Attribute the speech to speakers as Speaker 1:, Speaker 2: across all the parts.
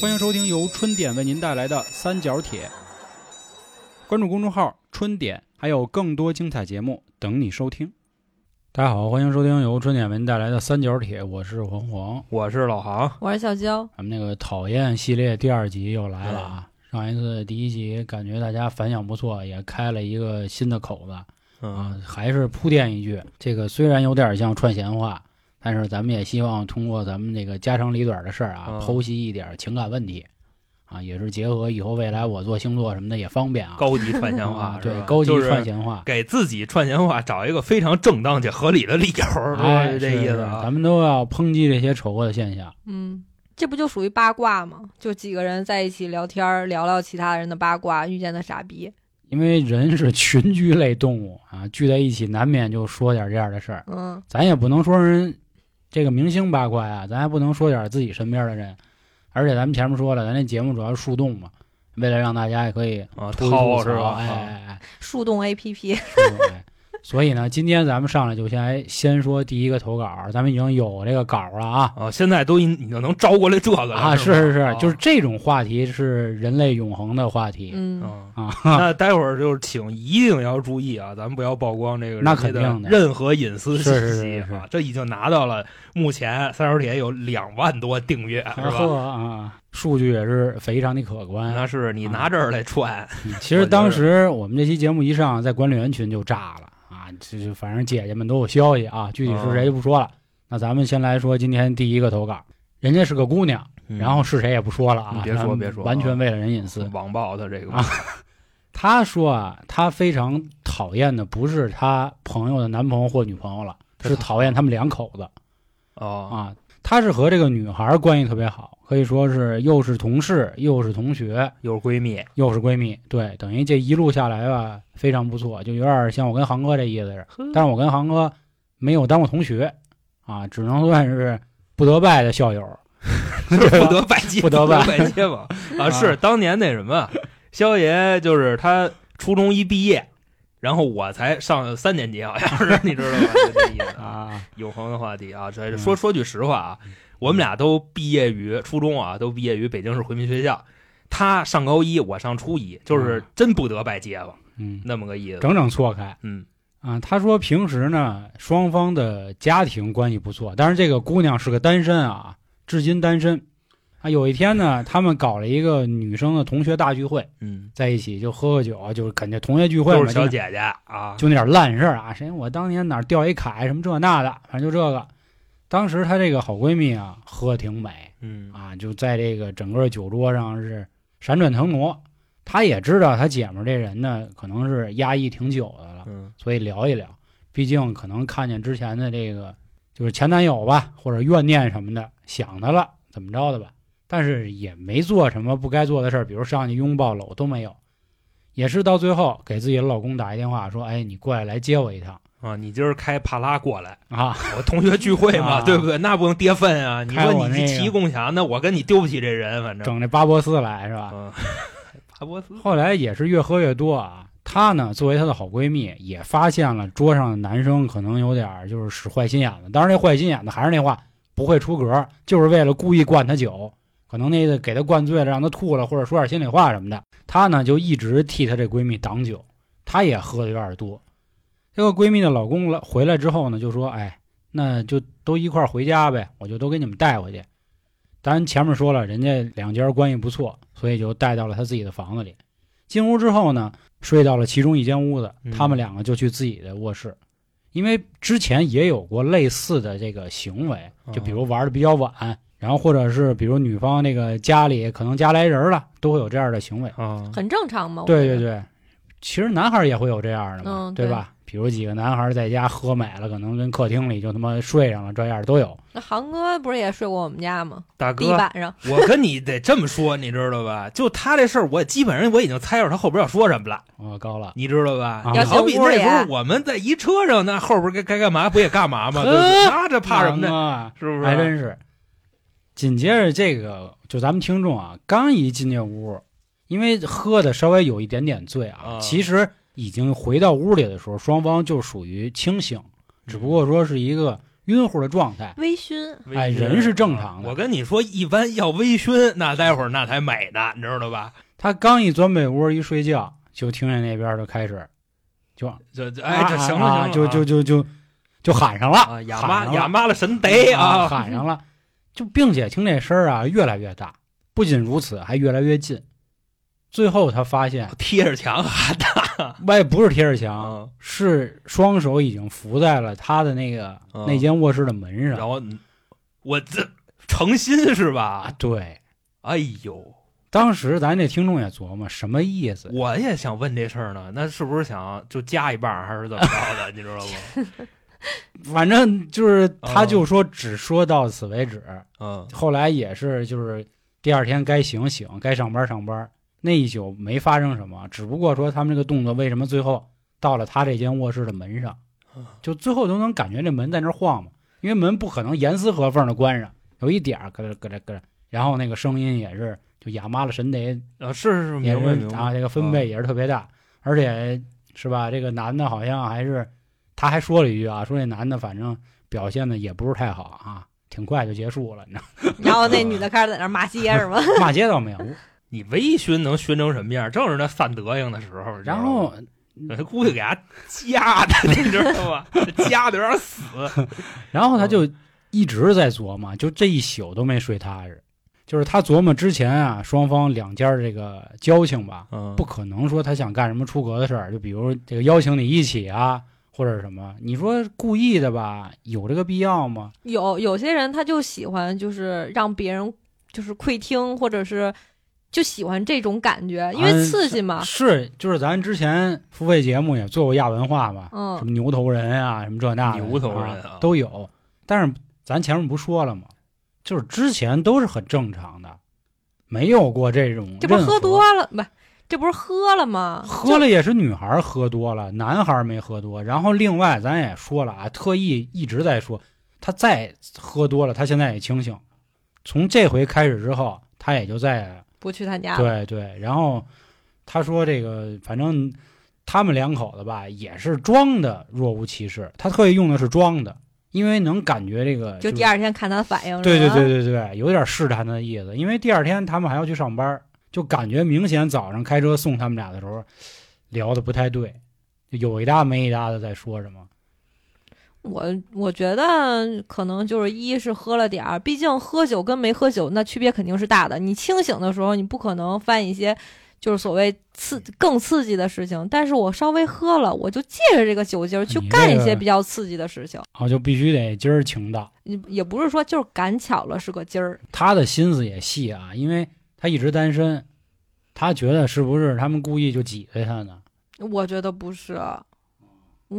Speaker 1: 欢迎收听由春点为您带来的《三角铁》，关注公众号“春点”，还有更多精彩节目等你收听。大家好，欢迎收听由春点为您带来的《三角铁》，我是黄黄。
Speaker 2: 我是老航，
Speaker 3: 我是小娇，
Speaker 1: 咱们那个讨厌系列第二集又来了啊！上一次第一集感觉大家反响不错，也开了一个新的口子啊
Speaker 2: 嗯，。
Speaker 1: 还是铺垫一句，这个虽然有点像串闲话，但是咱们也希望通过咱们这个家长里短的事儿啊，
Speaker 2: 嗯
Speaker 1: 剖析一点情感问题啊，也是结合以后未来我做星座什么的也方便啊。
Speaker 2: 高级串闲
Speaker 1: 啊
Speaker 2: 话，，
Speaker 1: 对
Speaker 2: 是吧
Speaker 1: 高级
Speaker 2: 就是
Speaker 1: 串闲话，
Speaker 2: 给自己串闲话找一个非常正当且合理的理由，
Speaker 1: 哎，
Speaker 2: 是这
Speaker 1: 是
Speaker 2: 意思
Speaker 1: 是
Speaker 2: 啊
Speaker 1: 咱。们都要抨击这些丑恶的现象。
Speaker 3: 嗯，这不就属于八卦吗？就几个人在一起聊天儿，聊聊其他人的八卦，遇见的傻逼。
Speaker 1: 因为人是 群居类动物啊，聚在一起难免就说点这样的事儿。
Speaker 3: 嗯，
Speaker 1: 咱也不能说人这个明星八卦呀、咱还不能说点自己身边的人。而且咱们前面说了，咱这节目主要是树洞嘛，为了让大家也可以
Speaker 2: 啊，
Speaker 1: 吐一吐
Speaker 2: 掏是
Speaker 1: 槽
Speaker 2: 吧？
Speaker 1: 哎
Speaker 2: 啊
Speaker 1: 哎哎，
Speaker 3: 树洞 A P P，
Speaker 1: 树洞哎所以呢，今天咱们上来就先哎先说第一个投稿，咱们已经有这个稿了啊。
Speaker 2: 啊，现在都已你就能招过来这个了
Speaker 1: 啊，是
Speaker 2: 吗
Speaker 1: 是是
Speaker 2: 啊，
Speaker 1: 就是这种话题是人类永恒的话题。
Speaker 3: 嗯，
Speaker 2: 嗯
Speaker 1: 啊，
Speaker 2: 那待会儿就是请一定要注意啊，咱们不要曝光这个人
Speaker 1: 那肯
Speaker 2: 家的
Speaker 1: 定的
Speaker 2: 任何隐私信息
Speaker 1: 是是是是
Speaker 2: 啊。这已经拿到了，目前三手铁有两万多订阅，是
Speaker 1: 然
Speaker 2: 吧？
Speaker 1: 后啊，数据也是非常的可观。啊
Speaker 2: 那是你拿这儿来串，
Speaker 1: 嗯 其实当时我们这期节目一上，在管理员群就炸了啊！这这反正姐姐们都有消息啊，具体是谁就不说
Speaker 2: 嗯
Speaker 1: 了。那咱们先来说今天第一个投稿，人家是个姑娘，
Speaker 2: 嗯
Speaker 1: 然后是谁也不说了啊，
Speaker 2: 你别说
Speaker 1: 咱们
Speaker 2: 别说嗯
Speaker 1: 完全为了人隐私。
Speaker 2: 网暴的这个
Speaker 1: 啊她说啊，她非常讨厌的不是她朋友的男朋友或女朋友了，
Speaker 2: 她
Speaker 1: 是讨厌他们两口子
Speaker 2: 哦
Speaker 1: 啊。她是和这个女孩关系特别好，可以说是又是同事又是同学，
Speaker 2: 又是闺蜜，
Speaker 1: 又是闺蜜，对，等于这一路下来吧，非常不错，就有点像我跟航哥这意思似的。但是我跟航哥没有当过同学，啊，只能算是不得拜的校友。
Speaker 2: 不 得拜见，
Speaker 1: 不得拜
Speaker 2: 拜见 嘛。啊，是当年那什么，肖爷就是他初中一毕业，然后我才上三年级，好像是 你知道吗？就这意思啊。
Speaker 1: 啊，
Speaker 2: 永恒的话题啊，这
Speaker 1: 嗯
Speaker 2: 说说句实话啊，我们俩都毕业于初中啊，都毕业于北京市回民学校。他上高一，我上初一，
Speaker 1: 啊
Speaker 2: 就是真不得拜见了，
Speaker 1: 嗯，
Speaker 2: 那么个意思。
Speaker 1: 整整错开
Speaker 2: 嗯，
Speaker 1: 啊。他说平时呢，双方的家庭关系不错，但是这个姑娘是个单身啊，至今单身。啊，有一天呢，他们搞了一个女生的同学大聚会，
Speaker 2: 嗯，
Speaker 1: 在一起就喝喝酒，就是肯定同学聚会
Speaker 2: 都
Speaker 1: 嘛，
Speaker 2: 是
Speaker 1: 就
Speaker 2: 小姐姐啊，
Speaker 1: 就那点烂事儿啊，谁我当年哪儿掉一凯什么这那的，反正就这个。当时她这个好闺蜜啊，喝挺美
Speaker 2: 嗯
Speaker 1: 啊，就在这个整个酒桌上是闪转腾挪。她也知道她姐们儿这人呢，可能是压抑挺久的了，
Speaker 2: 嗯
Speaker 1: 所以聊一聊。毕竟可能看见之前的这个就是前男友吧，或者怨念什么的，想他了，怎么着的吧。但是也没做什么不该做的事儿，比如上去拥抱搂都没有。也是到最后给自己的老公打一电话，说：“哎，你过来来接我一趟
Speaker 2: 啊，你今儿开帕拉过来。
Speaker 1: 啊
Speaker 2: 我同学聚会嘛，
Speaker 1: 啊
Speaker 2: 对不对？那不能跌份啊！你
Speaker 1: 开
Speaker 2: 说
Speaker 1: 我
Speaker 2: 你一
Speaker 1: 那个
Speaker 2: 骑共享，那我跟你丢不起这人，反！”正。
Speaker 1: 整这巴博斯来是吧？
Speaker 2: 嗯， 帕博斯
Speaker 1: 后来也是越喝越多啊。她呢，作为她的好闺蜜，也发现了桌上的男生可能有点儿就是使坏心眼子。当然，这坏心眼子还是那话，不会出格，就是为了故意灌她酒，可能那个给她灌醉了，让她吐了，或者说点心里话什么的。她呢就一直替她这闺蜜挡酒，她也喝的有点多。这个闺蜜的老公了回来之后呢，就说：“哎，那就都一块儿回家呗，我就都给你们带回去。”当然前面说了，人家两家关系不错，所以就带到了她自己的房子里。进屋之后呢，睡到了其中一间屋子
Speaker 2: 嗯，
Speaker 1: 他们两个就去自己的卧室，因为之前也有过类似的这个行为，就比如玩的比较晚，然后或者是比如女方那个家里可能家来人了，都会有这样的行为。
Speaker 2: 啊，
Speaker 3: 很正常嘛。我
Speaker 1: 对
Speaker 3: 觉
Speaker 1: 对
Speaker 3: 得，
Speaker 1: 对，其实男孩儿也会有这样的嘛，
Speaker 3: 哦嗯
Speaker 1: 对
Speaker 3: 对
Speaker 1: 吧？比如几个男孩儿在家喝美了，可能跟客厅里就他妈睡上了，这样都有。
Speaker 3: 那航哥不是也睡过我们家吗？
Speaker 2: 大
Speaker 3: 地
Speaker 2: 哥，
Speaker 3: 板上，
Speaker 2: 我跟你得这么说，你知道吧？就他这事儿，我基本上我已经猜着他后边要说什么了，
Speaker 1: 我、哦高了，
Speaker 2: 你知道吧？
Speaker 1: 啊
Speaker 2: 你好比
Speaker 3: 要进屋
Speaker 2: 那
Speaker 3: 里
Speaker 2: 时候我们在一车上，那后边该该干嘛不也干嘛吗？
Speaker 1: 呵
Speaker 2: 对不对那这怕什么呢？
Speaker 1: 呢？
Speaker 2: 是不
Speaker 1: 啊还
Speaker 2: 是？
Speaker 1: 真是。紧接着这个，就咱们听众啊，刚一进这屋，因为喝的稍微有一点点醉啊，
Speaker 2: 啊
Speaker 1: 其实
Speaker 2: 嗯
Speaker 1: 已经回到屋里的时候，双方就属于清醒，只不过说是一个晕乎的状态。
Speaker 3: 微 醺，
Speaker 2: 微
Speaker 1: 哎
Speaker 2: 醺啊
Speaker 1: 人是正常的
Speaker 2: 我跟你说，一般要微醺，那待会儿那才美呢，你知道吧？
Speaker 1: 他刚一钻被窝一睡觉，就听见那边就开始就
Speaker 2: 这这哎，这
Speaker 1: 啊
Speaker 2: 行了
Speaker 1: 啊
Speaker 2: 行了，
Speaker 1: 就就就就就喊上了，
Speaker 2: 啊，哑
Speaker 1: 喊
Speaker 2: 妈
Speaker 1: 上
Speaker 2: 哑
Speaker 1: 了
Speaker 2: 妈了神得
Speaker 1: 啊，
Speaker 2: 啊！
Speaker 1: 喊上了，就并且听这声儿啊越来越大，不仅如此，还越来越近。最后他发现，
Speaker 2: 贴着墙喊的
Speaker 1: 外不是贴着墙，
Speaker 2: 啊，
Speaker 1: 是双手已经扶在了他的那个
Speaker 2: 嗯
Speaker 1: 那间卧室的门
Speaker 2: 然
Speaker 1: 上。
Speaker 2: 后我这诚心是
Speaker 1: 啊
Speaker 2: 吧？，
Speaker 1: 对，
Speaker 2: 哎呦，
Speaker 1: 当时咱这听众也琢磨什么意思，
Speaker 2: 我也想问这事儿呢，那是不是想就加一半儿还是怎么着 的？你知道吗？
Speaker 1: 反正就是他
Speaker 2: 哦
Speaker 1: 就说只说到此为止。
Speaker 2: 嗯，
Speaker 1: 后来也是就是第二天该醒醒，该上班上班，那一宿没发生什么，只不过说他们这个动作为什么最后到了他这间卧室的门上
Speaker 2: 嗯，
Speaker 1: 就最后都能感觉这门在那儿晃嘛，因为门不可能严丝合缝的关上，有一点儿咯吱咯吱咯吱，然后那个声音也是就哑妈了神得
Speaker 2: 啊， 是是是，
Speaker 1: 也
Speaker 2: 明白明
Speaker 1: 是
Speaker 2: 白
Speaker 1: 啊，这个分贝也是特别大，而且是吧？这个男的好像还是，他还说了一句啊，说那男的反正表现的也不是太好啊，挺快就结束了，你知道
Speaker 3: 然后那女的开始在那儿骂街是吗？
Speaker 1: 吗骂街倒没有。
Speaker 2: 你微醺能醺成什么样？正是那犯德行的时候。你知道
Speaker 1: 然
Speaker 2: 吗
Speaker 1: 后
Speaker 2: 他 估计给他夹的，你知道吗？ 夹的有点死。
Speaker 1: 然后他就一直在琢磨，就这一宿都没睡踏实。就是他琢磨之前啊，双方两家这个交情吧，
Speaker 2: 嗯
Speaker 1: 不可能说他想干什么出格的事儿，就比如这个邀请你一起啊，或者什么，你说故意的吧，有这个必要吗？
Speaker 3: 有有些人他就喜欢就是让别人就是窥听，或者是就喜欢这种感觉，因为
Speaker 1: 嗯
Speaker 3: 刺激嘛。
Speaker 1: 是，就是咱之前付费节目也做过亚文化嘛，什
Speaker 3: 嗯，
Speaker 1: 么牛头人啊，什么这那的
Speaker 2: 牛头人
Speaker 1: 啊
Speaker 2: 啊
Speaker 1: 都有。但是咱前面不说了吗？就是之前都是很正常的，没有过这种任何。
Speaker 3: 这不是喝多了不？这不是喝了吗？
Speaker 1: 喝了也是女孩儿喝多了，男孩儿没喝多。然后另外咱也说了啊，特意一直在说，他再喝多了，他现在也清醒。从这回开始之后，他也就在
Speaker 3: 就不去他家了。
Speaker 1: 对对。然后他说这个，反正他们两口子吧，也是装的若无其事。他特意用的是装的，因为能感觉这个
Speaker 3: 就第二天看他反应。
Speaker 1: 对对
Speaker 3: 是吧
Speaker 1: 对，对对，有点试探的意思，因为第二天他们还要去上班，就感觉明显早上开车送他们俩的时候聊的不太对，就有一搭没一搭的在说什么。
Speaker 3: 我我觉得可能就是一是喝了点儿，毕竟喝酒跟没喝酒那区别肯定是大的。你清醒的时候，你不可能犯一些就是所谓刺更刺激的事情，但是我稍微喝了，我就借着这个酒劲儿去
Speaker 1: 你这
Speaker 3: 干一
Speaker 1: 个
Speaker 3: 些比较刺激的事情。
Speaker 1: 然后就必须得今儿请到。
Speaker 3: 你也不是说就是赶巧了是个今儿，
Speaker 1: 他的心思也细啊，因为他一直单身，他觉得是不是他们故意就挤兑他呢？
Speaker 3: 我觉得不是，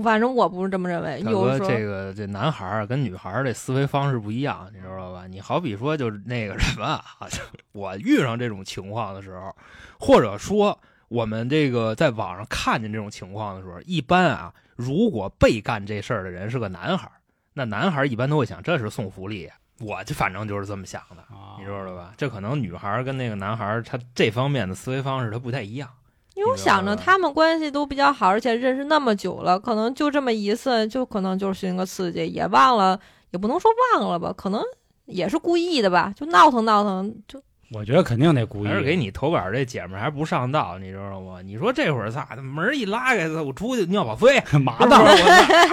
Speaker 3: 反正我不是这么认为。
Speaker 2: 大
Speaker 3: 有
Speaker 2: 哥，
Speaker 3: 时候
Speaker 2: 这个这男孩儿跟女孩儿这思维方式不一样，你知道吧？你好比说就是那个什么啊，我遇上这种情况的时候，或者说我们这个在网上看见这种情况的时候，一般啊，如果被干这事儿的人是个男孩儿，那男孩儿一般都会想这是送福利，我就反正就是这么想的，
Speaker 1: 啊，
Speaker 2: 你知道吧？这可能女孩儿跟那个男孩儿他这方面的思维方式他不太一样。
Speaker 3: 因为我想着
Speaker 2: 你知道吧
Speaker 3: 他们关系都比较好，而且认识那么久了，可能就这么一次，就可能就是寻个刺激，也忘了，也不能说忘了吧，可能也是故意的吧，就闹腾闹腾，就
Speaker 1: 我觉得肯定得故意。
Speaker 2: 还是给你投稿这姐们儿还不上道，你知道吗？你说这会儿咋门儿一拉开，我出去尿把飞，
Speaker 1: 麻
Speaker 2: 是不是
Speaker 1: 当，
Speaker 2: 我操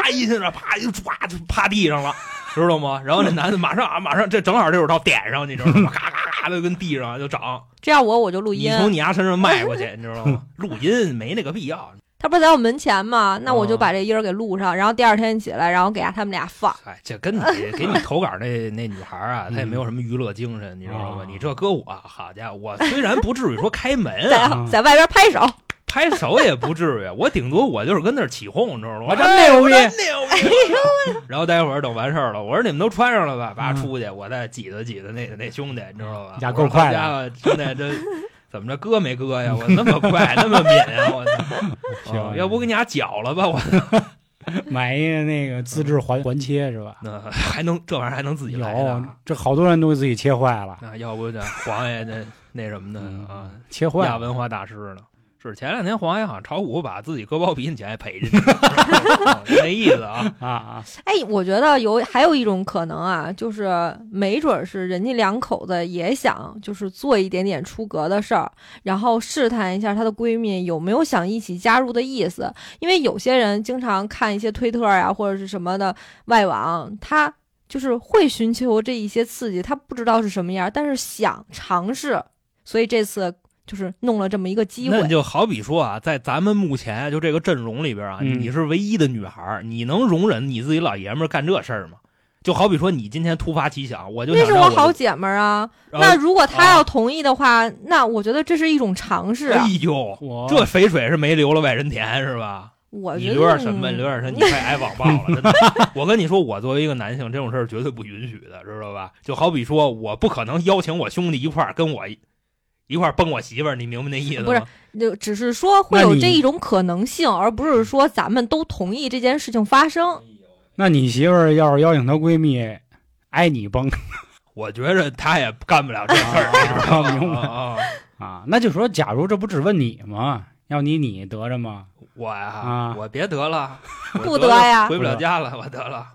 Speaker 2: 啪一下子啪一抓就趴地上了，知道吗？然后那男的马上啊马上这正好这会儿到点上，你知道吗？咔咔咔的跟地上就长，
Speaker 3: 这样我我就录
Speaker 2: 你
Speaker 3: 音。
Speaker 2: 从你丫身上迈 过去，你知道吗？录音没那个必要。
Speaker 3: 他不是在我门前吗？那
Speaker 2: 啊
Speaker 3: 我就把这音儿给录上，然后第二天起来，然后给他们俩放。
Speaker 2: 哎，这跟 你给你投稿那那女孩儿啊，她也没有什么娱乐精神，你知道吗？
Speaker 1: 嗯
Speaker 2: 你这搁我，好家伙，我虽然不至于说开门 啊，
Speaker 3: 在
Speaker 1: 啊
Speaker 3: 在外边拍手，
Speaker 2: 拍手也不至于，我顶多我就是跟那儿起哄，你知道吗？
Speaker 1: 我真
Speaker 2: 哎
Speaker 1: 牛
Speaker 2: 我
Speaker 1: 逼
Speaker 2: 真牛逼！ 然后待会儿等完事儿了，我说你们都穿上了吧，爸
Speaker 1: 嗯
Speaker 2: 出去，我再挤兑挤兑那那兄弟，你知道吧？
Speaker 1: 呀
Speaker 2: 我说
Speaker 1: 够快的
Speaker 2: 好家伙，兄弟 这怎么着割没割呀？我那么快，那么敏啊！我操！
Speaker 1: 行
Speaker 2: 啊要不给你俩绞了吧？我
Speaker 1: 买一个那个自制环环切是吧？
Speaker 2: 那还能这玩意儿还能自己来啊
Speaker 1: 有啊
Speaker 2: 呢？，
Speaker 1: 这好多人都自己切坏了，嗯
Speaker 2: 那要不这皇爷那那什么呢？啊，
Speaker 1: 切坏
Speaker 2: 亚
Speaker 1: 了。
Speaker 2: 文化大师呢？是前两天黄海好像炒股把自己割包皮，你钱还赔进去 了，啊那意思啊。
Speaker 1: 啊啊，
Speaker 3: 哎，我觉得有还有一种可能啊，就是没准儿是人家两口子也想就是做一点点出格的事儿，然后试探一下她的闺蜜有没有想一起加入的意思。因为有些人经常看一些推特呀、或者是什么的外网，他就是会寻求这一些刺激，他不知道是什么样，但是想尝试，所以这次就是弄了这么一个机
Speaker 2: 那
Speaker 3: 会
Speaker 2: 你。就好比说啊，在咱们目前就这个阵容里边啊，
Speaker 1: 嗯
Speaker 2: 你是唯一的女孩儿，你能容忍你自己老爷们儿干这事儿吗？就好比说你今天突发奇想，我就
Speaker 3: 那
Speaker 2: 想
Speaker 3: 是
Speaker 2: 让
Speaker 3: 我
Speaker 2: 我
Speaker 3: 好姐们儿啊，
Speaker 2: 然后
Speaker 3: 那如果她
Speaker 2: 啊
Speaker 3: 要同意的话，那我觉得这是一种尝试、啊
Speaker 2: 哎。呦，
Speaker 1: 我
Speaker 2: 这肥水是没流了外人田是吧？
Speaker 3: 我
Speaker 2: 你
Speaker 3: 觉得
Speaker 2: 留点什么？
Speaker 3: 嗯
Speaker 2: 留点什么？你快挨网暴了！真的， 我跟你说，我作为一个男性，这种事儿绝对不允许的，知道吧？就好比说，我不可能邀请我兄弟一块儿跟我一一块儿崩我媳妇儿，你明白那意思吗？
Speaker 3: 不是就只是说会
Speaker 1: 那
Speaker 3: 有
Speaker 1: 你
Speaker 3: 这一种可能性，而不是说咱们都同意这件事情发生。
Speaker 1: 那你媳妇儿要是邀请她闺蜜，挨你崩
Speaker 2: 我觉着他也干不了这事儿，知道吗
Speaker 1: 明白
Speaker 2: 啊啊
Speaker 1: 啊？那就说，假如这不只问你吗？要你你得着吗？
Speaker 2: 我呀、
Speaker 1: 啊
Speaker 2: 我别 得了，我
Speaker 3: 不
Speaker 2: 得
Speaker 3: 得
Speaker 2: 了
Speaker 3: 呀
Speaker 2: 回不了家了，我得了。
Speaker 1: 啊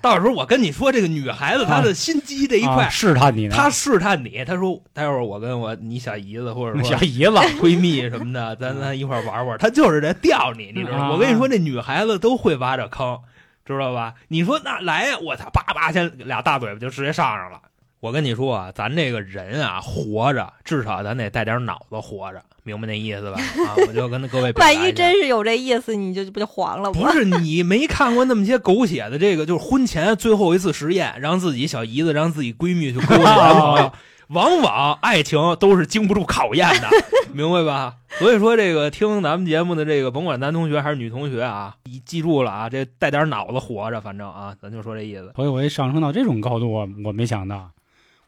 Speaker 2: 到时候我跟你说，这个女孩子她的心机这一块，
Speaker 1: 啊试探你呢？
Speaker 2: 她试探你，她说待会儿我跟我你小姨子或者说
Speaker 1: 小姨子， 啊
Speaker 2: 闺蜜什么的，咱咱一块儿玩玩。她就是在吊你，你知道吗？
Speaker 1: 嗯
Speaker 2: 我跟你说，那女孩子都会挖这坑，知道吧？你说那来呀，我操，叭叭，先俩大嘴巴就直接上上了。我跟你说啊，咱这个人啊，活着至少咱得带点脑子活着，明白那意思吧？啊，我就跟各位表达
Speaker 3: 万
Speaker 2: 下
Speaker 3: 一真是有这意思，你就不就黄 了
Speaker 2: 不
Speaker 3: 吗？
Speaker 2: 是你没看过那么些狗血的，这个就是婚前最后一次实验，让自己小姨子，让自己闺蜜去勾搭男朋友，往往爱情都是经不住考验 的，明白吧？所以说，这个听咱们节目的这个，甭管男同学还是女同学啊，你记住了啊，这带点脑子活着，反正啊，咱就说这意思。
Speaker 1: 头一回上升到这种高度，我我没想到，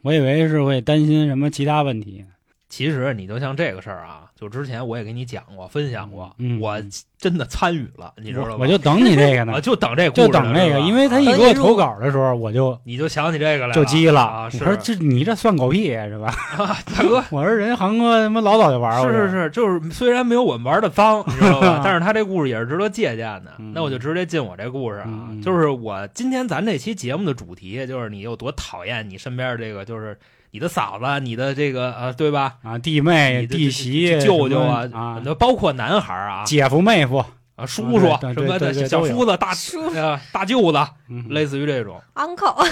Speaker 1: 我以为是会担心什么其他问题。
Speaker 2: 其实你就像这个事儿啊，就之前我也给你讲过、分享过，
Speaker 1: 嗯
Speaker 2: 我真的参与了，你知道
Speaker 1: 我
Speaker 2: 吧？
Speaker 1: 我就等你这个
Speaker 2: 我
Speaker 1: 呢，
Speaker 2: 就等这故
Speaker 1: 就
Speaker 2: 事呢，
Speaker 1: 等这
Speaker 2: 是
Speaker 1: 个，
Speaker 2: 吧
Speaker 1: 因为他一
Speaker 2: 啊
Speaker 1: 给我投稿的时候，我就
Speaker 2: 你就想起这个来了，
Speaker 1: 就急了。
Speaker 2: 啊、是
Speaker 1: 我说这你这算狗屁是吧？
Speaker 2: 啊，大哥。
Speaker 1: 我说人家航哥他妈老早就玩过，
Speaker 2: 是是
Speaker 1: 是，
Speaker 2: 是，就是虽然没有我们玩的脏，你知 道吧？但是他这故事也是值得借鉴的。
Speaker 1: 嗯
Speaker 2: 那我就直接进我这故事啊，
Speaker 1: 嗯嗯
Speaker 2: 就是我今天咱这期节目的主题就是你有多讨厌你身边的这个，就是你的嫂子，你的这个呃，对吧？
Speaker 1: 啊，弟妹、
Speaker 2: 你的
Speaker 1: 弟
Speaker 2: 这
Speaker 1: 媳、
Speaker 2: 这舅舅啊
Speaker 1: 什么啊，
Speaker 2: 那包括男孩啊
Speaker 1: 姐夫妹夫，
Speaker 2: 啊，叔叔
Speaker 1: 啊对
Speaker 2: 什
Speaker 1: 对
Speaker 2: 么的，
Speaker 1: 对对
Speaker 2: 小
Speaker 1: 都有
Speaker 2: 叔子、大
Speaker 3: 叔
Speaker 2: 呃大舅子，
Speaker 1: 嗯
Speaker 2: 类似于这种。
Speaker 3: uncle，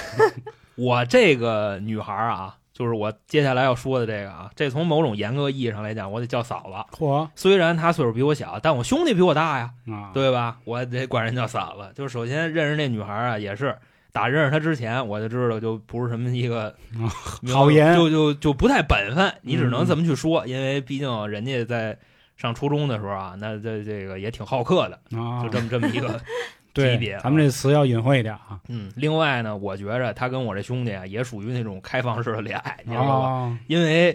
Speaker 2: 我这个女孩啊，就是我接下来要说的这个啊，这从某种严格意义上来讲，我得叫嫂子。
Speaker 1: 嚯
Speaker 2: 虽然她岁数比我小，但我兄弟比我大呀。
Speaker 1: 啊，
Speaker 2: 对吧？我得管人叫嫂子。就是首先认识那女孩啊，也是打认识她之前，我就知道就不是什么一个
Speaker 1: 嗯
Speaker 2: 明白
Speaker 1: 好言嗯
Speaker 2: 就就就不太本分。你只能这么去说，因为毕竟人家在上初中的时候啊，那这这个也挺好客的，
Speaker 1: 啊
Speaker 2: 就，这么这么一个。级别
Speaker 1: 对
Speaker 2: 啊，
Speaker 1: 咱们这词要隐晦一点啊。
Speaker 2: 嗯，另外呢，我觉着他跟我这兄弟啊，也属于那种开放式的恋爱，你知道吧？
Speaker 1: 啊，
Speaker 2: 因为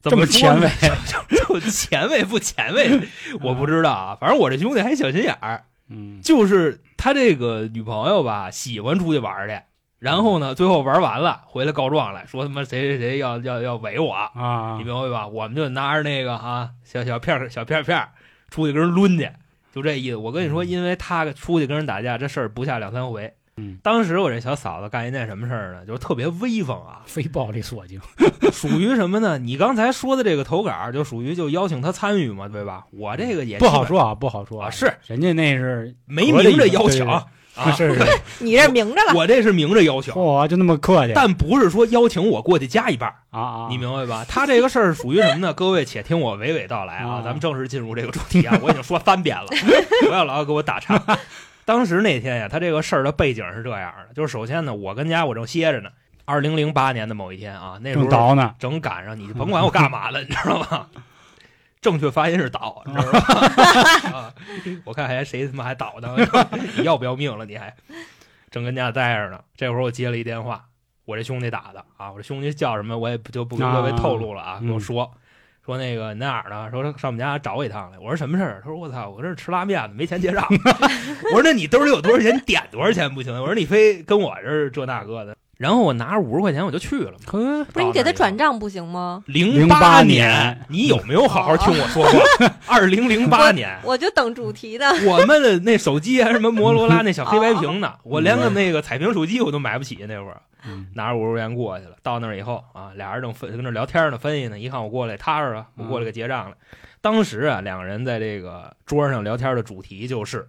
Speaker 2: 怎
Speaker 1: 这么
Speaker 2: 说呢
Speaker 1: 前卫，
Speaker 2: 就就前卫不 前卫，我不知道啊。反正我这兄弟还小心眼儿，
Speaker 1: 嗯，
Speaker 2: 就是他这个女朋友吧，喜欢出去玩儿去，然
Speaker 1: 嗯
Speaker 2: 后呢，最后玩完了回来告状来说他妈谁谁谁要要要围我，
Speaker 1: 啊
Speaker 2: 你，明白吧？我们就拿着那个啊小小片儿小片儿片儿出去跟人抡去，就这意思。我跟你说，因为他出去跟人打架这事儿不下两三回
Speaker 1: 嗯。，
Speaker 2: 当时我这小嫂子干一件什么事儿呢？就是特别威风啊
Speaker 1: 非暴力索性，
Speaker 2: 属于什么呢？你刚才说的这个投稿儿就属于就邀请他参与嘛，对吧？我这个也
Speaker 1: 不好
Speaker 2: 基本
Speaker 1: 说啊，不好说
Speaker 2: 啊，是
Speaker 1: 人家那是
Speaker 2: 没
Speaker 1: 合理
Speaker 2: 明着
Speaker 1: 的
Speaker 2: 邀
Speaker 1: 对
Speaker 2: 请
Speaker 1: 对
Speaker 2: 啊，
Speaker 1: 是是，
Speaker 3: 你这明着了。
Speaker 2: 我这是明着邀请。
Speaker 1: 嚯，就那么客气啊
Speaker 2: 但不是说邀请我过去加一半儿，
Speaker 1: 啊，
Speaker 2: 你明白吧？ 他这个事儿属于什么呢？各位且听我娓娓道来啊
Speaker 1: 啊，
Speaker 2: 咱们正式进入这个主题 啊，我已经说三遍了，不要老给我打岔。当时那天呀，他这个事儿的背景是这样的，就是首先呢，我跟家我正歇着呢，二零零八年的某一天啊，那时
Speaker 1: 正
Speaker 2: 候
Speaker 1: 倒呢，
Speaker 2: 正赶上你就甭管我干嘛了，你知道吗？正确发音是倒，你知道吗？ 啊我看还谁他妈还倒呢？ 你要不要命了？你还正跟家待着呢。这会儿我接了一电话，我这兄弟打的啊，我这兄弟叫什么我也不就不跟各位透露了啊，
Speaker 1: 嗯
Speaker 2: 跟我说。说那个你在哪儿呢？说上我们家找我一趟来。我说什么事儿？他说我操，我这是吃拉面呢，没钱结 账。我说那你兜里有多少钱？你点多少钱不行？我说你非跟我这儿这那个的。然后我拿着五十块钱我就去了嘛。
Speaker 1: 呵，
Speaker 3: 不是你给他转
Speaker 2: 账。
Speaker 3: 账不行吗？
Speaker 2: 零
Speaker 1: 08
Speaker 2: 年
Speaker 1: 年，
Speaker 2: 你有没有好好听我说话？二零零八年，
Speaker 3: 我就等主题呢。
Speaker 2: 我们的那手机啊还什么摩托罗拉那小黑白屏呢，我连个那个彩屏手机我都买不起那会儿，
Speaker 1: 嗯
Speaker 2: 拿着五十块钱过去了。到那儿以后啊，俩人正分跟那儿聊天呢，分析呢，一看我过来踏实了，我过来给结账了。当时啊，两个人在这个桌上聊天的主题就是，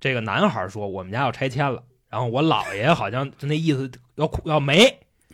Speaker 2: 这个男孩说我们家要拆迁了，然后我姥爷好像就那意思要哭要没，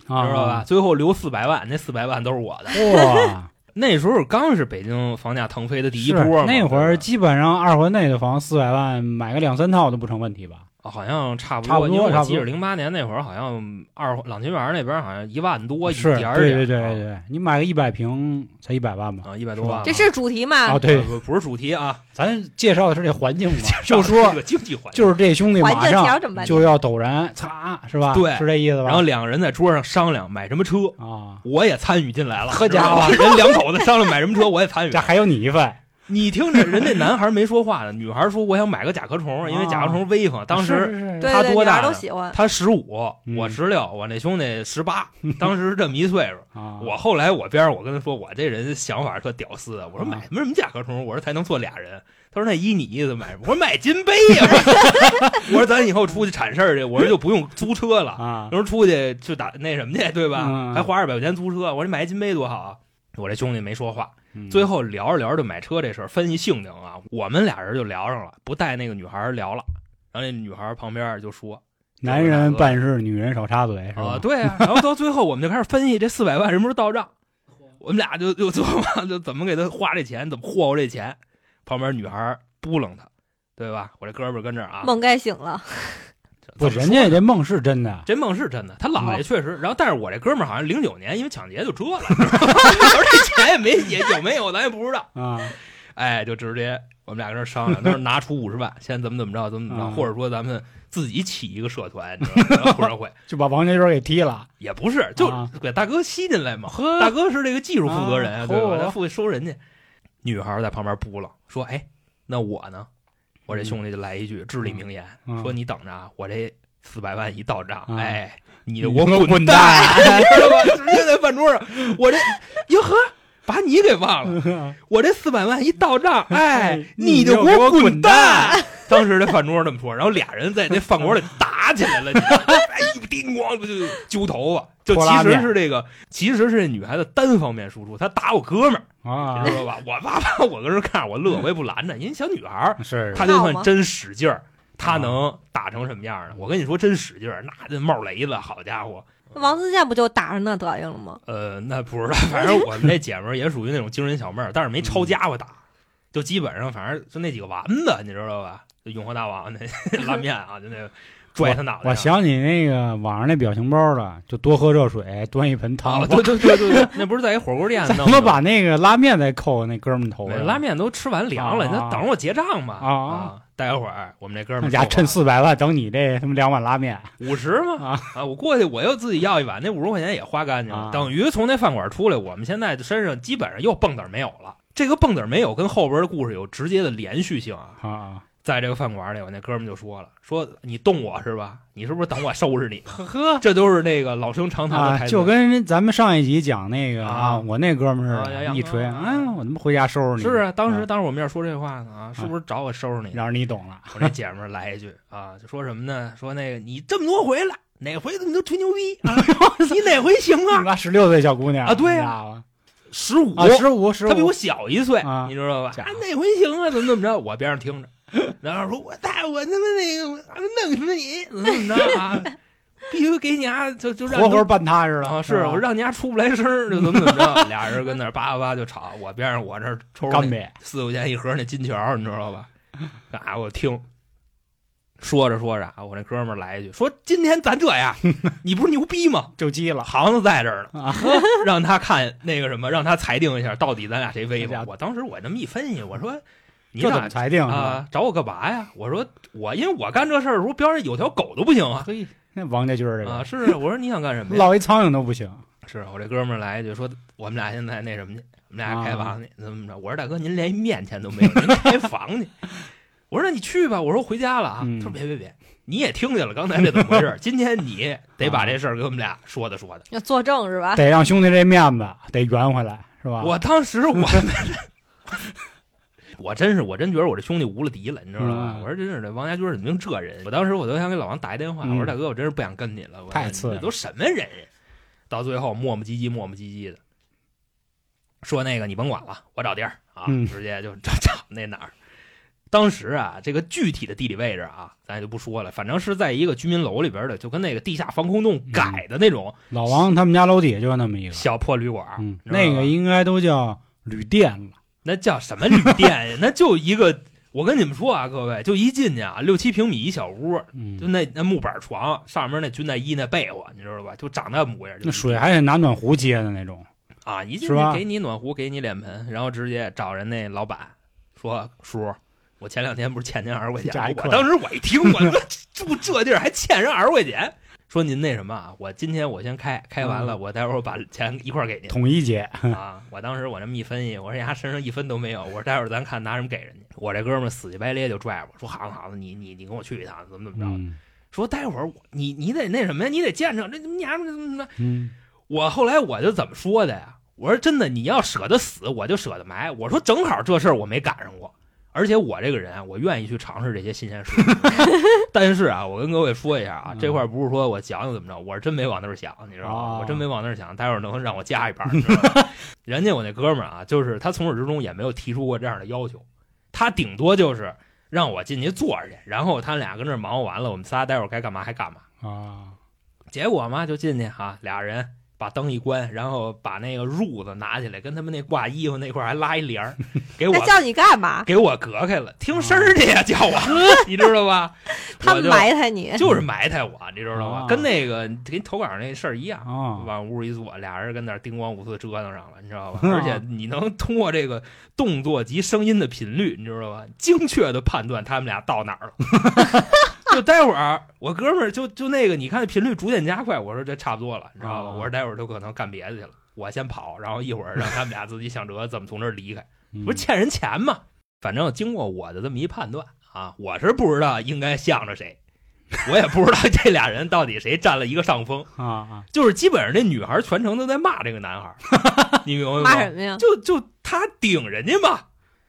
Speaker 2: 知
Speaker 1: 啊，
Speaker 2: 道吧？？最后留四百万，那四百万都是我的。
Speaker 1: 哇，
Speaker 2: 那时候刚是北京房价腾飞的第一波
Speaker 1: 是
Speaker 2: 嘛，
Speaker 1: 那会儿
Speaker 2: 对吧
Speaker 1: 基本上二环内的房四百万买个两三套都不成问题吧？
Speaker 2: 啊好像差不
Speaker 1: 差不多
Speaker 2: 因为
Speaker 1: 差
Speaker 2: 我
Speaker 1: 不
Speaker 2: 记
Speaker 1: 多
Speaker 2: 着零八年那会儿好像二环朗琴园那边好像一万多一
Speaker 1: 是，
Speaker 2: 点儿啊
Speaker 1: 对
Speaker 2: 点儿，
Speaker 1: 对对对对，你买个一百平才一百万吧？
Speaker 2: 啊，一百多万啊，
Speaker 3: 这是主题吗？
Speaker 1: 啊，对，
Speaker 2: 不不是主题啊，
Speaker 1: 咱介绍的是这环境 嘛， 就
Speaker 2: 这
Speaker 1: 说
Speaker 2: 个经济环境。
Speaker 1: 就是这兄弟
Speaker 3: 环
Speaker 1: 马
Speaker 3: 境条
Speaker 1: 上
Speaker 3: 怎么办？
Speaker 1: 就要陡然擦，是吧？
Speaker 2: 对
Speaker 1: 是这意思吧？
Speaker 2: 然后两个人在桌上商量买什么车，
Speaker 1: 啊，
Speaker 2: 我也参与进来了。
Speaker 1: 呵
Speaker 2: 知道
Speaker 1: 家
Speaker 2: 吧
Speaker 1: 伙
Speaker 2: 人两口子商量买什么车，我也 参与
Speaker 1: 这。还有你一份，
Speaker 2: 你听着，人家男孩没说话呢，女孩说我想买个甲壳虫，因为甲壳虫威风。 当时
Speaker 1: 啊是是是
Speaker 3: 对
Speaker 2: 他
Speaker 3: 对，
Speaker 2: 多
Speaker 3: 女
Speaker 2: 大
Speaker 3: 孩都
Speaker 2: 呢
Speaker 3: 喜欢。
Speaker 2: 他十五，
Speaker 1: 嗯
Speaker 2: 我十六，我那兄弟 十八，当时是这么一岁数。
Speaker 1: 啊，
Speaker 2: 我后来我边上我跟他说，我这人想法特屌丝，我说
Speaker 1: 啊
Speaker 2: 买什么什么甲壳虫，我说才能坐俩人。他说那依你意思买什么？我说买金杯 呀、我说咱以后出去铲事儿去，我说就不用租车了，
Speaker 1: 啊
Speaker 2: 他，说出去就打那什么去，对吧？
Speaker 1: 嗯
Speaker 2: 还花二百块钱租车，我说买一金杯多好啊！我这兄弟没说话，
Speaker 1: 嗯
Speaker 2: 最后聊着聊着就买车这事儿分析性情啊，我们俩人就聊上了，不带那个女孩儿聊了。然后那女孩儿旁边就说
Speaker 1: 男人办事，女人少插嘴，是：“吧
Speaker 2: 啊，？对啊。”然后到最后我们就开始分析这四百万什么时候到账，我们俩就就琢磨就怎么给他花这钱，怎么霍霍这钱。旁边女孩儿不楞他，对吧？我这哥们儿跟这儿啊，
Speaker 3: 梦该醒了，
Speaker 1: 不，
Speaker 2: 怎么
Speaker 1: 人
Speaker 2: 说
Speaker 1: 家这梦是真 的，
Speaker 2: 这梦是真的，他姥爷
Speaker 1: 哦
Speaker 2: 确实。然后，但是我这哥们儿好像零九年因为抢劫就折了，你 知道吗那会儿这钱也没也有没有咱也不知道。
Speaker 1: 啊，
Speaker 2: 哎，就直接我们俩跟这商量，他说拿出五十万，先怎么怎么着，怎么怎么着，
Speaker 1: 嗯
Speaker 2: 或者说咱们自己起一个社团，你知道吗？互助会
Speaker 1: 就把王家军给踢了，
Speaker 2: 也不是，就
Speaker 1: 啊
Speaker 2: 给大哥吸进来嘛。
Speaker 1: 呵
Speaker 2: 大哥是这个技术负责人，
Speaker 1: 啊
Speaker 2: 对吧？
Speaker 1: 嚯
Speaker 2: 他负责收人家。女孩在旁边扑棱说：“哎，那我呢？”我这兄弟就来一句至理名言，
Speaker 1: 嗯
Speaker 2: 说：“你等着啊，我这四百万一到账，
Speaker 1: 嗯
Speaker 2: 哎，你
Speaker 1: 你
Speaker 2: 就
Speaker 1: 就
Speaker 2: 给我
Speaker 1: 给我
Speaker 2: 滚
Speaker 1: 滚蛋
Speaker 2: 你知道吧？直接在饭桌上，我这哟呵，把你给忘了，我这四百万一到 账，哎
Speaker 1: 哎，
Speaker 2: 你
Speaker 1: 你
Speaker 2: 就
Speaker 1: 就
Speaker 2: 给
Speaker 1: 给
Speaker 2: 我
Speaker 1: 我
Speaker 2: 滚
Speaker 1: 滚
Speaker 2: 蛋
Speaker 1: 蛋！
Speaker 2: 当时这饭桌这么说，然后俩人在那饭馆里打起来了，你知道 吗哎，叮咣就揪头发，就
Speaker 1: 泼
Speaker 2: 其
Speaker 1: 拉
Speaker 2: 实
Speaker 1: 面
Speaker 2: 是这个，其实是这女孩子单方面输出，她打我哥们儿，
Speaker 1: 啊
Speaker 2: 你，知道吧？我啪啪，我跟这看着我乐，我也不拦着，因为小女孩儿
Speaker 1: 是
Speaker 2: 她就算真使劲儿，她能打成什么样儿呢？我跟你说，真使劲儿，那那冒雷子，好家伙！
Speaker 3: 王自健不就打上那德行了吗？
Speaker 2: 呃，那不知道， 反正我们那姐们儿也属于那种精神小妹儿，但是没抄家伙打，就基本上反正就那几个丸子，你知道吧？就永和大王 那拉面啊，就那拽他脑袋
Speaker 1: 我
Speaker 2: 上。
Speaker 1: 想起那个网上那表情包了，就多喝热水，端一盆汤
Speaker 2: 啊，。 对对对对对，那不是在一火锅店
Speaker 1: 怎
Speaker 2: 弄
Speaker 1: 么
Speaker 2: 的
Speaker 1: 把
Speaker 2: 吗？
Speaker 1: 那个拉面再扣那哥们头
Speaker 2: 没
Speaker 1: 上？
Speaker 2: 拉面都吃完凉了，
Speaker 1: 啊
Speaker 2: 你那等着我结账吧。
Speaker 1: 啊啊
Speaker 2: 待会儿我们那哥们
Speaker 1: 那
Speaker 2: 儿
Speaker 1: 家趁哎四百万等你这他妈两碗拉面
Speaker 2: 五十嘛
Speaker 1: 啊
Speaker 2: 啊，我过去我又自己要一碗，那五十块钱也花干净了
Speaker 1: 啊。
Speaker 2: 等于从那饭馆出来，我们现在身上基本上又蹦子儿没有了。这个蹦子儿没有跟后边的故事有直接的连续性啊。
Speaker 1: 啊！
Speaker 2: 在这个饭馆里，我那哥们就说了：“说你动我是吧？你是不是等我收拾你？”
Speaker 1: 呵呵
Speaker 2: 这都是那个老生常谈的
Speaker 1: 啊，
Speaker 2: 台词。
Speaker 1: 就跟人咱们上一集讲那个
Speaker 2: 啊
Speaker 1: 我那哥们儿
Speaker 2: 啊
Speaker 1: 似
Speaker 2: 杨
Speaker 1: 的，
Speaker 2: 洋
Speaker 1: 一锤，
Speaker 2: 啊
Speaker 1: 哎，我他妈回家收拾你，
Speaker 2: 是不是？当时
Speaker 1: 啊
Speaker 2: 当着我面说这话呢啊，是不是找我收拾你？
Speaker 1: 让你懂 了，
Speaker 2: 我这姐们儿来一句啊，就说什么呢？说那个你这么多回了，哪回你都吹牛逼 啊？你哪回行
Speaker 1: 你
Speaker 2: 啊？
Speaker 1: 妈十六岁小姑娘
Speaker 2: 啊对
Speaker 1: 呀，
Speaker 2: 十五
Speaker 1: 啊，十五十五，
Speaker 2: 他比我小一岁
Speaker 1: 啊，
Speaker 2: 你知道吧？
Speaker 1: 假
Speaker 2: 啊，哪回行啊？怎么怎么着？我边上听着，然后说我带我他妈那个我弄死你，怎么怎么着啊？必须给你啊，就就让你
Speaker 1: 活活办踏实了
Speaker 2: 啊，是
Speaker 1: 是吧
Speaker 2: 我让你家出不来声儿，就怎么怎么 着，俩人跟那儿叭叭叭就吵，我边上我这儿抽着
Speaker 1: 干
Speaker 2: 那
Speaker 1: 瘪
Speaker 2: 四块钱一盒那金条，你知 道吧？啊，我听说着说着，啊，我那哥们儿来一句说：“今天咱这样，你不是牛逼吗？
Speaker 1: 就鸡了，
Speaker 2: 行子在这儿呢
Speaker 1: 啊，
Speaker 2: 让他看那个什么，让他裁定一下到底咱俩谁威
Speaker 1: 这家
Speaker 2: 风。”我当时我这么一分析，我说：“你
Speaker 1: 哎这怎么
Speaker 2: 俩
Speaker 1: 裁定是吧？
Speaker 2: 啊找我干嘛呀？”我说：“我因为我干这事儿的时候，边上有条狗都不行啊
Speaker 1: 嘿，那王家军儿这
Speaker 2: 啊！
Speaker 1: 个
Speaker 2: 是啊我说你想干什么呀？”
Speaker 1: 落一苍蝇都不行，
Speaker 2: 是我这哥们儿来一句说，我们俩现在那什么去，我们俩
Speaker 1: 啊
Speaker 2: 开房去，怎么怎么着？我说大哥，您连一面钱都没有，您开房去。我说你去吧，我说回家了啊。
Speaker 1: 嗯
Speaker 2: 他说别别别，你也听见了刚才这怎么回事儿，今天你得把这事儿给我们俩说的说的。
Speaker 3: 要作证是吧？
Speaker 1: 得让兄弟这面子得圆回来，是吧？
Speaker 2: 啊我当时 我我真是我真觉得我这兄弟无了敌了，你知道吗？
Speaker 1: 嗯
Speaker 2: 我说真是这王家军是怎么能这人？我当时我都想给老王打一电话，
Speaker 1: 嗯
Speaker 2: 我说大哥，我真是不想跟你了，我
Speaker 1: 太次了
Speaker 2: 你这都什么人呀？到最后磨磨唧唧磨磨唧唧的，说那个你甭管了，我找地儿啊，
Speaker 1: 嗯
Speaker 2: 直接就找找那哪儿。当时啊，这个具体的地理位置啊，咱也就不说了，反正是在一个居民楼里边的，就跟那个地下防空
Speaker 1: 嗯
Speaker 2: 洞改的那种
Speaker 1: 老王他们家楼底下就那么一个，
Speaker 2: 小破旅馆，
Speaker 1: 嗯，
Speaker 2: 你知道吧
Speaker 1: 那个应该都叫旅店了，
Speaker 2: 那叫什么旅店呀？那就一个，我跟你们说啊，各位，就一进去啊，六七平米一小屋，就
Speaker 1: 嗯，
Speaker 2: 那那木板床，上面那军大衣那被窝，你知道吧？就长那模样。就
Speaker 1: 那水还得拿暖壶接的那种，
Speaker 2: 啊，一进
Speaker 1: 是
Speaker 2: 去
Speaker 1: 吧
Speaker 2: 给你暖壶，给你脸盆，然后直接找人那老板说：“叔，我前两天不是欠您二十块钱
Speaker 1: 这还
Speaker 2: 吗？”
Speaker 1: 客
Speaker 2: 我
Speaker 1: 气
Speaker 2: 当时我一听， 我说住这地儿还欠人二十块钱，说您那什么啊，我今天我先开，开完
Speaker 1: 嗯
Speaker 2: 了我待会儿我把钱一块儿给您。
Speaker 1: 统一接，
Speaker 2: 啊！我当时我这么一分析，我说丫身上一分都没有，我说待会儿咱看拿什么给人家。我这哥们儿死乞白咧就拽我说：“行行，你你你跟我去一趟，怎么怎么着？”
Speaker 1: 嗯
Speaker 2: 说待会儿我你你得那什么呀，你得见着这娘们儿怎么怎么着。
Speaker 1: 嗯，
Speaker 2: 我后来我就怎么说的呀？我说真的，你要舍得死，我就舍得埋。我说正好这事儿我没赶上过，而且我这个人啊，我愿意去尝试这些新 鲜事物。但是啊，我跟各位说一下啊，
Speaker 1: 嗯
Speaker 2: 这块儿不是说我讲讲怎么着，我是真没往那儿想，你知道吗？
Speaker 1: 哦
Speaker 2: 我真没往那儿想，待会儿能让我加一 盘儿，你知道吗？人家我那哥们儿啊，就是他从始至终也没有提出过这样的要求，他顶多就是让我进去坐着去，然后他俩跟这儿忙活完了，我们仨待会儿该干嘛还干嘛。
Speaker 1: 啊，
Speaker 2: 结果嘛，就进去哈、俩人把灯一关，然后把那个褥子拿起来，跟他们那挂衣服那块儿还拉一 帘儿，给我
Speaker 3: 那叫你干嘛？
Speaker 2: 给我隔开了，听声儿去呀，叫 我，你知道吧？
Speaker 3: 他
Speaker 2: 我
Speaker 3: 们
Speaker 2: 就
Speaker 3: 埋汰你，
Speaker 2: 就是埋汰我，你知道
Speaker 1: 啊？
Speaker 2: 吧跟那个跟投稿那事儿一样。
Speaker 1: 啊，
Speaker 2: 往屋一坐，俩人跟那儿叮咣五四折腾上了，你 知道吧？
Speaker 1: 啊
Speaker 2: 而且你能通过这个动作及声音的频率，你知道吧？精确的判断他们俩到哪 儿了。就待会儿，我哥们儿就就那个，你看频率逐渐加快，我说这差不多了，你知道吧？
Speaker 1: 啊
Speaker 2: 我说待会儿就可能干别的去了，我先跑，然后一会儿让他们俩自己想辙怎么从这儿离开。
Speaker 1: 嗯
Speaker 2: 不是欠人钱吗？反正经过我的这么一判断啊，我是不知道应该向着谁，我也不知道这俩人到底谁占了一个上风。
Speaker 1: 啊啊，
Speaker 2: 就是基本上这女孩全程都在骂这个男孩儿， 你明白吗？
Speaker 3: 骂什么呀？
Speaker 2: 就就他顶人家嘛。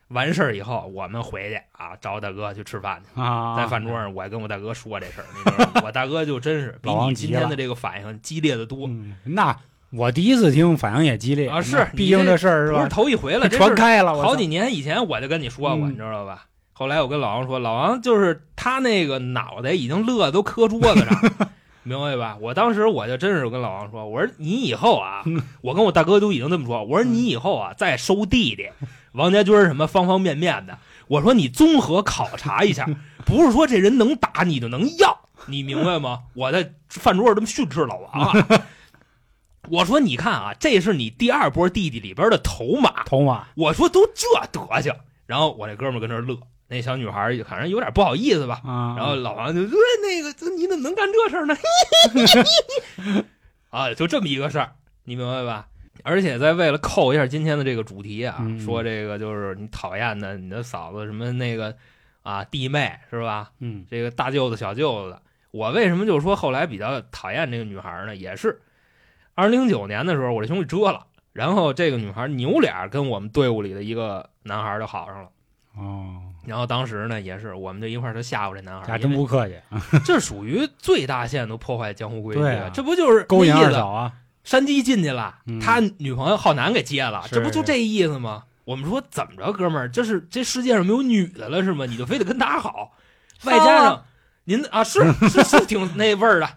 Speaker 2: 完事儿以后，我们回去啊，找大哥去吃饭去。
Speaker 1: 啊，
Speaker 2: 在饭桌上，我还跟我大哥说这事儿，你知道吗？我大哥就真是比
Speaker 1: 老王
Speaker 2: 你
Speaker 1: 急
Speaker 2: 今天
Speaker 1: 了
Speaker 2: 的这个反应激烈的多，
Speaker 1: 嗯，那我第一次听，反应也激烈
Speaker 2: 啊是
Speaker 1: 那
Speaker 2: 你
Speaker 1: 毕竟
Speaker 2: 这
Speaker 1: 这事儿是
Speaker 2: 不是
Speaker 1: 吧？
Speaker 2: 头一回了，这事
Speaker 1: 传
Speaker 2: 儿
Speaker 1: 开了，我
Speaker 2: 好
Speaker 1: 操
Speaker 2: 几年以前我就跟你说过，
Speaker 1: 嗯
Speaker 2: 你知道吧？后来我跟老王说，老王就是他那个脑袋已经乐得都磕桌子 上了，明白吧？我当时我就真是我跟老王说，我说你以 后啊，我跟我大哥都已经这么说，我说你以后啊再收弟 弟，王家军儿什么方方面面的，我说你综合考 察一下，不是说这人能打你就能要，你明白吗？我在饭桌上这么训斥老王 啊。我说，你看啊，这是你第二波弟弟里边的头马，
Speaker 1: 头马，
Speaker 2: 我说都这德行，然后我那哥们儿跟那儿乐，那小女孩儿反正有点不好意思吧，
Speaker 1: 啊，
Speaker 2: 然后老王就说、哎那个这你怎么能干这事儿呢？ 啊，就这么一个事儿，你明白吧？而且在为了扣一下今天的这个主题啊，
Speaker 1: 嗯
Speaker 2: 说这个就是你讨厌的你的嫂子什么那个啊弟妹是吧？
Speaker 1: 嗯
Speaker 2: 这个大舅子小舅子，我为什么就说后来比较讨厌这个女孩儿呢？也是二零零九年的时候，我这兄弟折了，然后这个女孩儿扭脸儿跟我们队伍里的一个男孩儿就好上了。
Speaker 1: 哦，
Speaker 2: 然后当时呢，也是我们就一块儿就吓唬这男孩
Speaker 1: 还
Speaker 2: 儿，
Speaker 1: 真
Speaker 2: 啊因为
Speaker 1: 不客气，
Speaker 2: 这属于最大限度破坏江湖规矩，
Speaker 1: 对啊
Speaker 2: 这不就是
Speaker 1: 勾引
Speaker 2: 那意
Speaker 1: 二
Speaker 2: 思？
Speaker 1: 嫂啊，
Speaker 2: 山鸡进去了，
Speaker 1: 嗯
Speaker 2: 他女朋友浩南给接了，
Speaker 1: 是
Speaker 2: 这不就这意思吗？我们说怎么着，哥们儿，这是这世界上没有女的了是吗？你就非得跟她好，
Speaker 3: 骚啊
Speaker 2: 外加上您啊，是是是挺那味儿的，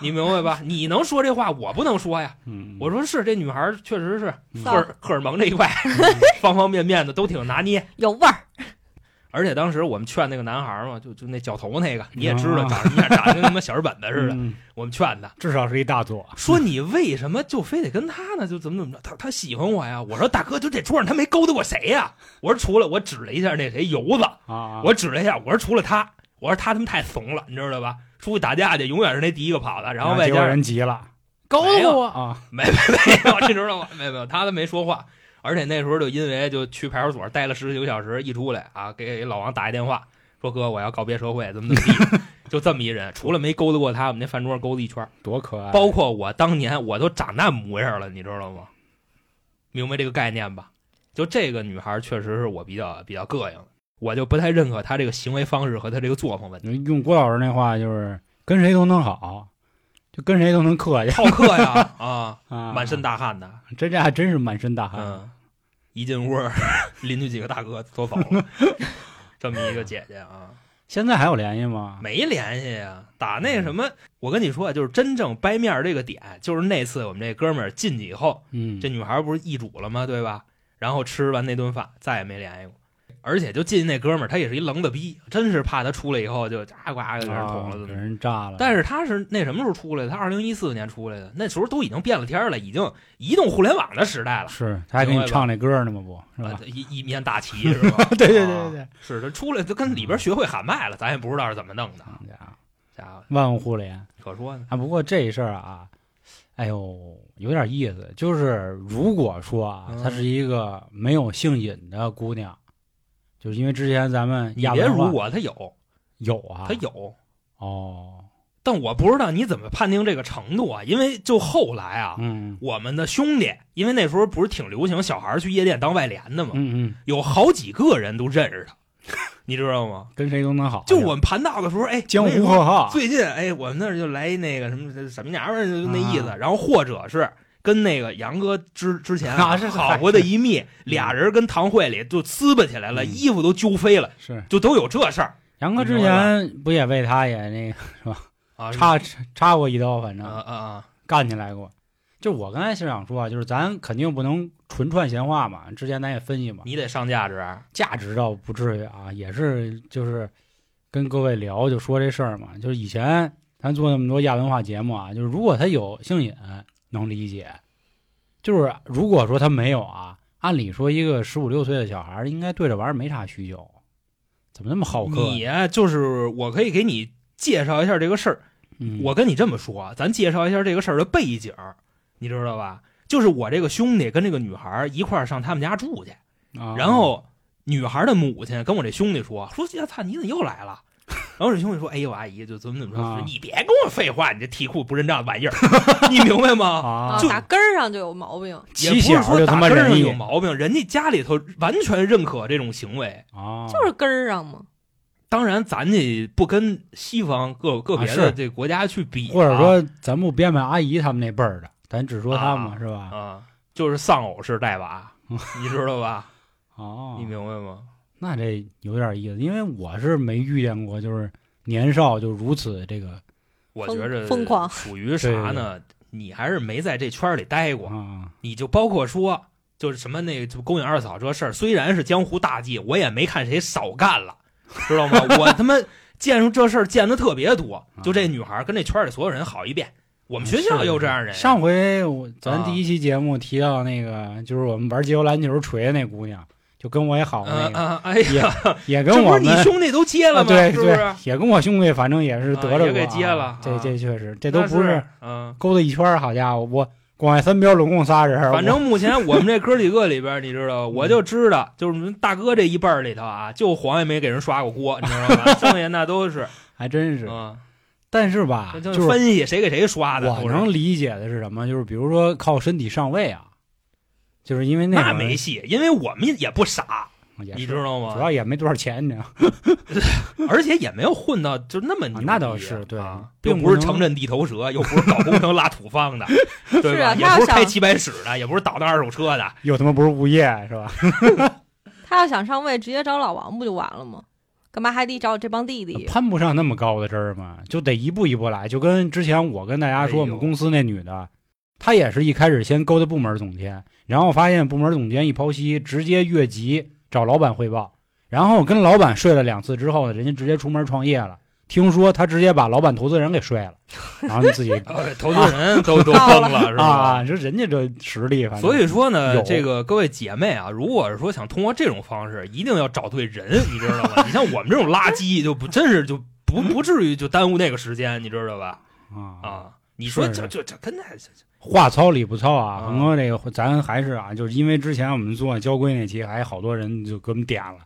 Speaker 2: 你明白吧？你能说这话，我不能说呀。
Speaker 1: 嗯，
Speaker 2: 我说是，这女孩儿确实是
Speaker 1: 嗯
Speaker 2: 荷尔荷尔蒙这一块， 方方面面的都挺拿捏。
Speaker 3: 有味儿，
Speaker 2: 而且当时我们劝那个男孩儿嘛，就就那脚头那个，你也知道
Speaker 1: 啊，
Speaker 2: 长什么样，长得跟他妈小日本子似的。
Speaker 1: 嗯
Speaker 2: 我们劝他，
Speaker 1: 至少是一大作，
Speaker 2: 说你为什么就非得跟他呢？就怎么怎么着？他他喜欢我呀？我说大哥，就这桌上他没勾搭过谁呀？我说除了我指了一下那谁油子，
Speaker 1: 啊，
Speaker 2: 我指了一下，我说除了他，我说他他妈太怂了，你知道吧？出去打架去，永远是那第一个跑的，然后外
Speaker 1: 啊
Speaker 2: 啊
Speaker 1: 结果
Speaker 2: 加
Speaker 1: 人急了
Speaker 2: 勾
Speaker 1: 没
Speaker 2: 搭
Speaker 1: 有
Speaker 2: 我，
Speaker 1: 啊，
Speaker 2: 没没没有，你知道吗？没有没有，他都没说话。而且那时候就因为就去派出所待了十几个小时，一出来啊，给老王打一电话，说哥，我要告别社会，怎么怎么 地，就这么一人。除了没勾搭过他，我们那饭桌上勾搭一圈儿，
Speaker 1: 多可爱！
Speaker 2: 包括我当年我都长那模样了，你知道吗？明白这个概念吧？就这个女孩确实是我比较比较膈应的，我就不太认可她这个行为方式和她这个作风问题。
Speaker 1: 用郭老师那话就是跟谁都能好，就跟谁都能客 气
Speaker 2: 好客呀啊，
Speaker 1: 啊，
Speaker 2: 满身大汗的，
Speaker 1: 这这还真是满身大汗。
Speaker 2: 嗯，一进屋儿， 邻居几个大哥都走 了，这么一个姐姐啊。
Speaker 1: 现在还有联系吗？
Speaker 2: 没联系呀、打那什么，我跟你说啊，就是真正掰面儿这个点，就是那次我们这哥们儿进去以后，
Speaker 1: 嗯，
Speaker 2: 这女孩不是易主了吗？对吧？然后吃完那顿饭，再也没联系过。而且就进去那哥们儿，他也是一愣子逼，真是怕他出来以后就嘎呱给人
Speaker 1: 啊
Speaker 2: 捅了
Speaker 1: 给
Speaker 2: 怎么着。
Speaker 1: 人炸了。
Speaker 2: 但是他是那什么时候出来的？他二零一四年出来的，那时候都已经变了天儿了，已经移动互联网的时代了，
Speaker 1: 是他还给你唱那歌呢吗？不是
Speaker 2: 啊
Speaker 1: 吧？
Speaker 2: 一一面大旗是吧？
Speaker 1: 对对
Speaker 2: 啊
Speaker 1: 对对对，
Speaker 2: 是他出来就跟里边学会喊麦了，咱也不知道是怎么弄的，
Speaker 1: 好家伙，
Speaker 2: 家伙
Speaker 1: 万物互联。
Speaker 2: 可说呢。
Speaker 1: 啊，不过这事儿啊，哎呦，有点意思。就是如果说啊
Speaker 2: 嗯，
Speaker 1: 她是一个没有性瘾的姑娘，就是因为之前咱们
Speaker 2: 你
Speaker 1: 亚
Speaker 2: 别
Speaker 1: 文化
Speaker 2: 如果他有，
Speaker 1: 有啊，
Speaker 2: 他有，
Speaker 1: 哦，
Speaker 2: 但我不知道你怎么判定这个程度啊，因为就后来啊，
Speaker 1: 嗯
Speaker 2: 我们的兄弟，因为那时候不是挺流行小孩儿去夜店当外联的嘛，
Speaker 1: 嗯嗯，
Speaker 2: 有好几个人都认识他， 你知道吗？
Speaker 1: 跟谁都能好，哎
Speaker 2: 就我们盘道的时候，哎，
Speaker 1: 江
Speaker 2: 我跟
Speaker 1: 湖
Speaker 2: 你说
Speaker 1: 浩浩，
Speaker 2: 最近哎，我们那儿就来一那个什么什么娘们儿，就那意思，
Speaker 1: 啊
Speaker 2: 然后或者是。跟那个杨哥之之前
Speaker 1: 啊是是
Speaker 2: 好过的一密，俩人跟堂会里就撕巴起来了，
Speaker 1: 嗯
Speaker 2: 衣服都揪飞了，
Speaker 1: 是
Speaker 2: 就都有这事儿
Speaker 1: 杨哥之前不也为他也那个
Speaker 2: 啊
Speaker 1: 插插过一刀，反
Speaker 2: 啊
Speaker 1: 正
Speaker 2: 啊啊！
Speaker 1: 干起来过。就我刚才是想说啊，就是咱肯定不能纯串闲话嘛，之前咱也分析嘛，
Speaker 2: 你得上价值，啊
Speaker 1: 价值倒不至于啊，也是就是跟各位聊就说这事儿嘛，就是以前咱做那么多亚文化节目啊，就是如果他有性瘾能理解，就是如果说他没有啊，按理说一个十五六岁的小孩儿应该对这玩意儿没啥需求，怎么那么好客？
Speaker 2: 你呀就是我可以给你介绍一下这个事儿。
Speaker 1: 嗯、
Speaker 2: 我跟你这么说，啊咱介绍一下这个事儿的背景儿，你知道吧？就是我这个兄弟跟这个女孩儿一块儿上他们家住去，
Speaker 1: 啊
Speaker 2: 然后女孩儿的母亲跟我这兄弟说：“说呀，操，你怎么又来了？” 然后这兄弟说：“哎呦，阿姨，就怎么怎么
Speaker 1: 啊
Speaker 2: 说，你别跟我废话，你这题库不认账的玩 意儿，你明白吗？
Speaker 1: 啊
Speaker 3: 啊，
Speaker 2: 就啊
Speaker 3: 打根儿上就有毛病。
Speaker 2: 也
Speaker 1: 起
Speaker 2: 不是
Speaker 1: 小
Speaker 2: 说
Speaker 1: 就他妈
Speaker 2: 打根儿
Speaker 1: 仁
Speaker 2: 上
Speaker 1: 义
Speaker 2: 有毛病，人家家里头完全认可这种行为，
Speaker 1: 啊，
Speaker 3: 就是根儿上嘛。
Speaker 2: 当然，咱这不跟西方个个别
Speaker 1: 啊
Speaker 2: 的
Speaker 1: 是
Speaker 2: 这国家去比啊、
Speaker 1: 或者说咱不编排阿姨他们那辈儿的，咱只说他们、
Speaker 2: 啊
Speaker 1: 是吧？
Speaker 2: 啊，就是丧偶式带娃， 你知道吧？
Speaker 1: 哦，
Speaker 2: 你明白吗？
Speaker 1: 那这有点意思，因为我是没遇见过，就是年少就如此这个
Speaker 2: 我觉着
Speaker 3: 疯狂
Speaker 2: 属于啥呢？你还是没在这圈儿里待过，
Speaker 1: 啊，
Speaker 2: 你就包括说，就是什么那个就勾引二嫂这事儿，虽然是江湖大忌，我也没看谁少 干了，知道吗？我他妈见着这事儿见的特别多，
Speaker 1: 啊
Speaker 2: 就这女孩儿跟这圈儿里所有人好一遍。我们学校也有这样人，
Speaker 1: 上回我咱
Speaker 2: 啊
Speaker 1: 第一期节目提到那个，就是我们玩街球篮球锤的那姑娘，就跟我也好那
Speaker 2: 嗯
Speaker 1: 个，
Speaker 2: 嗯，哎呀，
Speaker 1: 也
Speaker 2: 这
Speaker 1: 跟
Speaker 2: 不
Speaker 1: 我
Speaker 2: 是你
Speaker 1: 们。
Speaker 2: 兄弟都接了
Speaker 1: 啊
Speaker 2: 吗？
Speaker 1: 对
Speaker 2: 是不是
Speaker 1: 对？，也跟我兄弟，反正也是
Speaker 2: 啊
Speaker 1: 得着过
Speaker 2: 也给
Speaker 1: 啊，
Speaker 2: 接了
Speaker 1: 这
Speaker 2: 啊
Speaker 1: 这确实，这
Speaker 2: 这
Speaker 1: 都不
Speaker 2: 是
Speaker 1: 是
Speaker 2: 嗯。
Speaker 1: 勾搭一圈儿，好家伙，我广外三标拢共仨人儿，
Speaker 2: 反
Speaker 1: 我
Speaker 2: 正目前我们这哥几个里边，你知道，我就知道，就是我们大哥这一辈儿里头啊，就黄爷没给人刷过锅，你知道 吗？剩下那都是，
Speaker 1: 还真是。
Speaker 2: 嗯，
Speaker 1: 但是吧，
Speaker 2: 这
Speaker 1: 就
Speaker 2: 就是是分析谁给谁刷的，
Speaker 1: 我
Speaker 2: 都是
Speaker 1: 能理解的是什么？就是比如说靠身体上位啊，就是因为
Speaker 2: 那
Speaker 1: 会儿
Speaker 2: 没戏，因为我们也不傻，
Speaker 1: 也
Speaker 2: 你
Speaker 1: 是
Speaker 2: 知道
Speaker 1: 主
Speaker 2: 吗？
Speaker 1: 要也没多少钱，你知道吗？
Speaker 2: 而且也没有混到就那么牛逼
Speaker 1: 啊那倒是对
Speaker 2: 啊又
Speaker 1: 并
Speaker 2: 不是
Speaker 1: 不能
Speaker 2: 城镇地头蛇，又不是搞工程拉土方 的，对
Speaker 3: 是啊
Speaker 2: 吧？也
Speaker 3: 他
Speaker 2: 不
Speaker 3: 要
Speaker 2: 是开
Speaker 3: 想
Speaker 2: 棋牌室的，也不是倒那二手车的，
Speaker 1: 又他妈不是物业是吧？
Speaker 3: 他要想上位，直接找老王不就完了吗？干嘛还得找这帮弟弟？
Speaker 1: 攀不上那么高的枝儿嘛，就得一步一步来。就跟之前我跟大家说，
Speaker 2: 哎呦
Speaker 1: 我们公司那女的，她也是一开始先勾搭部门总监，然后发现部门总监一剖析，直接越级找老板汇报，然后跟老板睡了两次之后呢，人家直接出门创业了。听说她直接把老板投资人给睡了，然后你 自己
Speaker 2: 呃投资人都都
Speaker 3: 到
Speaker 2: 崩
Speaker 3: 了
Speaker 2: 了，是吧
Speaker 1: 啊，？这人家这实力，反正
Speaker 2: 所以说呢，
Speaker 1: 有
Speaker 2: 这个各位姐妹啊，如果是说想通过这种方式，一定要找对人，你知道吗？你像我们这种垃圾，就不真是就不不至于就耽误那个时间，你知道吧？
Speaker 1: 啊，
Speaker 2: 啊，你说
Speaker 1: 是
Speaker 2: 这这这跟那
Speaker 1: 话糙理不糙啊，
Speaker 2: 啊
Speaker 1: 恒哥这个咱还是啊，就是因为之前我们做交规那期，还好多人就给我们点了，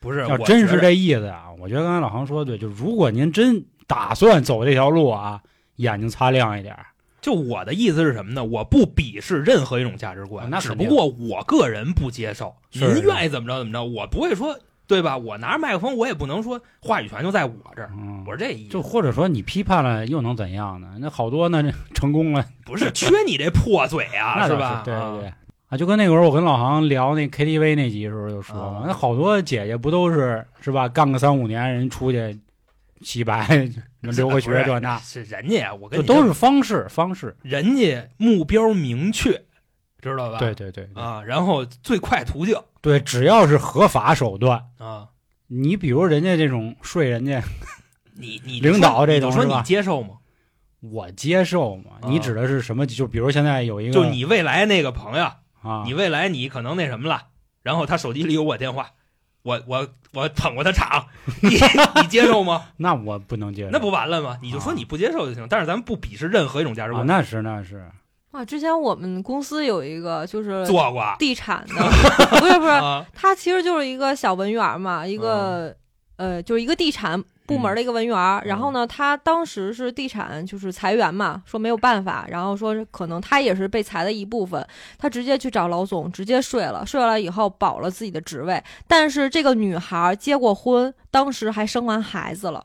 Speaker 2: 不是，
Speaker 1: 要
Speaker 2: 我
Speaker 1: 真
Speaker 2: 觉
Speaker 1: 是
Speaker 2: 得
Speaker 1: 这意思啊，我觉得刚才老航说的对，就如果您真打算走这条路啊，眼睛擦亮一点儿。
Speaker 2: 就我的意思是什么呢？我不鄙视任何一种价值观，
Speaker 1: 啊那
Speaker 2: 只
Speaker 1: 肯
Speaker 2: 不
Speaker 1: 定
Speaker 2: 过我个人不接受。
Speaker 1: 是
Speaker 2: 您
Speaker 1: 是
Speaker 2: 愿意怎么着怎么着，我不会说对吧？我拿着麦克风，我也不能说话语权就在我这儿。
Speaker 1: 嗯，
Speaker 2: 我是这意思，
Speaker 1: 就或者说你批判了又能怎样呢？那好多呢，这成功了，
Speaker 2: 不是缺你这破嘴啊，
Speaker 1: 那倒是
Speaker 2: 吧？
Speaker 1: 对对
Speaker 2: 啊
Speaker 1: 对。啊，就跟那会儿我跟老航聊那 KTV 那集时候就说嘛
Speaker 2: 啊，
Speaker 1: 那好多姐姐不都是是吧？干个三五年，人出去洗 白、留个学这那，
Speaker 2: 是人家，我跟
Speaker 1: 就
Speaker 2: 你
Speaker 1: 都
Speaker 2: 说
Speaker 1: 是方式方式。
Speaker 2: 人家目标明确，知道吧？
Speaker 1: 对对对对
Speaker 2: 啊，然后最快途径
Speaker 1: 对，只要是合法手段，
Speaker 2: 啊，
Speaker 1: 你比如人家这种睡人家，
Speaker 2: 你你
Speaker 1: 领导这种
Speaker 2: 你就是说
Speaker 1: 吧
Speaker 2: 你接受吗？
Speaker 1: 我接受嘛。
Speaker 2: 啊
Speaker 1: 你指的是什么？就比如现在有一个，
Speaker 2: 就你未来那个朋友，
Speaker 1: 啊，
Speaker 2: 你未来你可能那什么了，然后他手机里有我电话，我我我捧过他场， 你你接受吗？
Speaker 1: 那我不能接受，
Speaker 2: 那不完了吗？你就说
Speaker 1: 啊
Speaker 2: 你不接受就行，但是咱们不鄙视任何一种价值
Speaker 1: 啊，
Speaker 2: 观。
Speaker 1: 那是那是，
Speaker 3: 哇，之前我们公司有一个就是
Speaker 2: 做过啊
Speaker 3: 地产的， 不是不是，
Speaker 2: 啊
Speaker 3: 它其实就是一个小文员儿嘛，一个、
Speaker 2: 嗯
Speaker 3: 呃，就是一个地产部门的一个文员儿。然后呢，他当时是地产就是裁员嘛，说没有办法，然后说是可能他也是被裁的一部分，他直接去找老总，直接睡了，睡了以后保了自己的职位。但是这个女孩儿结过婚，当时还生完孩子了。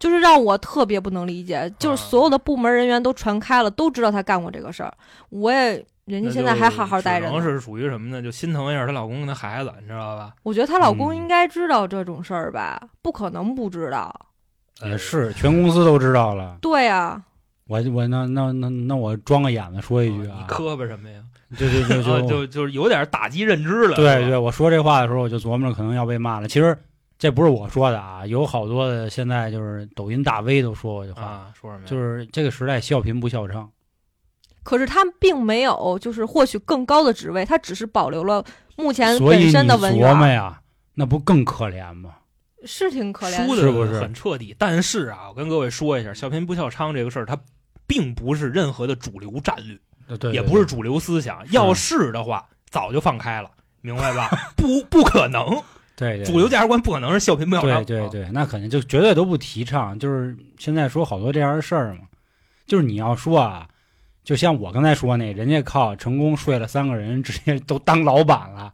Speaker 3: 就是让我特别不能理解，就
Speaker 2: 嗯
Speaker 3: 是所有的部门人员都传开了，都知道她干过这个事儿。我也，人家现在还好好待着
Speaker 2: 那
Speaker 3: 呢。
Speaker 2: 就只能是属于什么呢？就心疼一下她老公跟她孩子，你知道吧？
Speaker 3: 我觉得她老公
Speaker 1: 嗯
Speaker 3: 应该知道这种事儿吧，不可能不知道。
Speaker 2: 呃
Speaker 1: 也是全公司都知道了。
Speaker 3: 对啊，
Speaker 1: 我我那那那那我装个眼子说
Speaker 2: 呃。
Speaker 1: 一句
Speaker 2: 你
Speaker 1: 啊，
Speaker 2: 磕巴什么呀？
Speaker 1: 就就就
Speaker 2: 啊
Speaker 1: 就
Speaker 2: 就就是有点打击认知了。
Speaker 1: 对对，
Speaker 2: 是吧，
Speaker 1: 我说这话的时候我就琢磨着可能要被骂了。其实这不是我说的啊，有好多的现在就是抖音大 V 都说过这话，
Speaker 2: 啊，说什么呀？
Speaker 1: 就是这个时代笑贫不笑娼。
Speaker 3: 可是她并没有就是获取更高的职位，她只是保留了目前
Speaker 1: 所以
Speaker 3: 本
Speaker 1: 你
Speaker 3: 身的文
Speaker 1: 琢磨
Speaker 3: 员，
Speaker 1: 呀，那不更可怜吗？
Speaker 3: 是挺可怜
Speaker 2: 输的
Speaker 1: 是不是
Speaker 2: 很彻底？但是啊，我跟各位说一下，笑贫不笑娼这个事儿，它并不是任何的主流战略，
Speaker 1: 对对嗯
Speaker 2: 也不是主流思想。
Speaker 1: 是
Speaker 2: 要是的话，早就放开了，明白吧？不，不可能，
Speaker 1: 对 对
Speaker 2: 主流。价值观不可能是笑贫不笑娼。
Speaker 1: 对对
Speaker 2: 啊，
Speaker 1: 对，那肯定就绝对都不提倡。就是现在说好多这样的事儿嘛，就是你要说啊，就像我刚才说那，人家靠成功睡了三个人，直接都当老板了，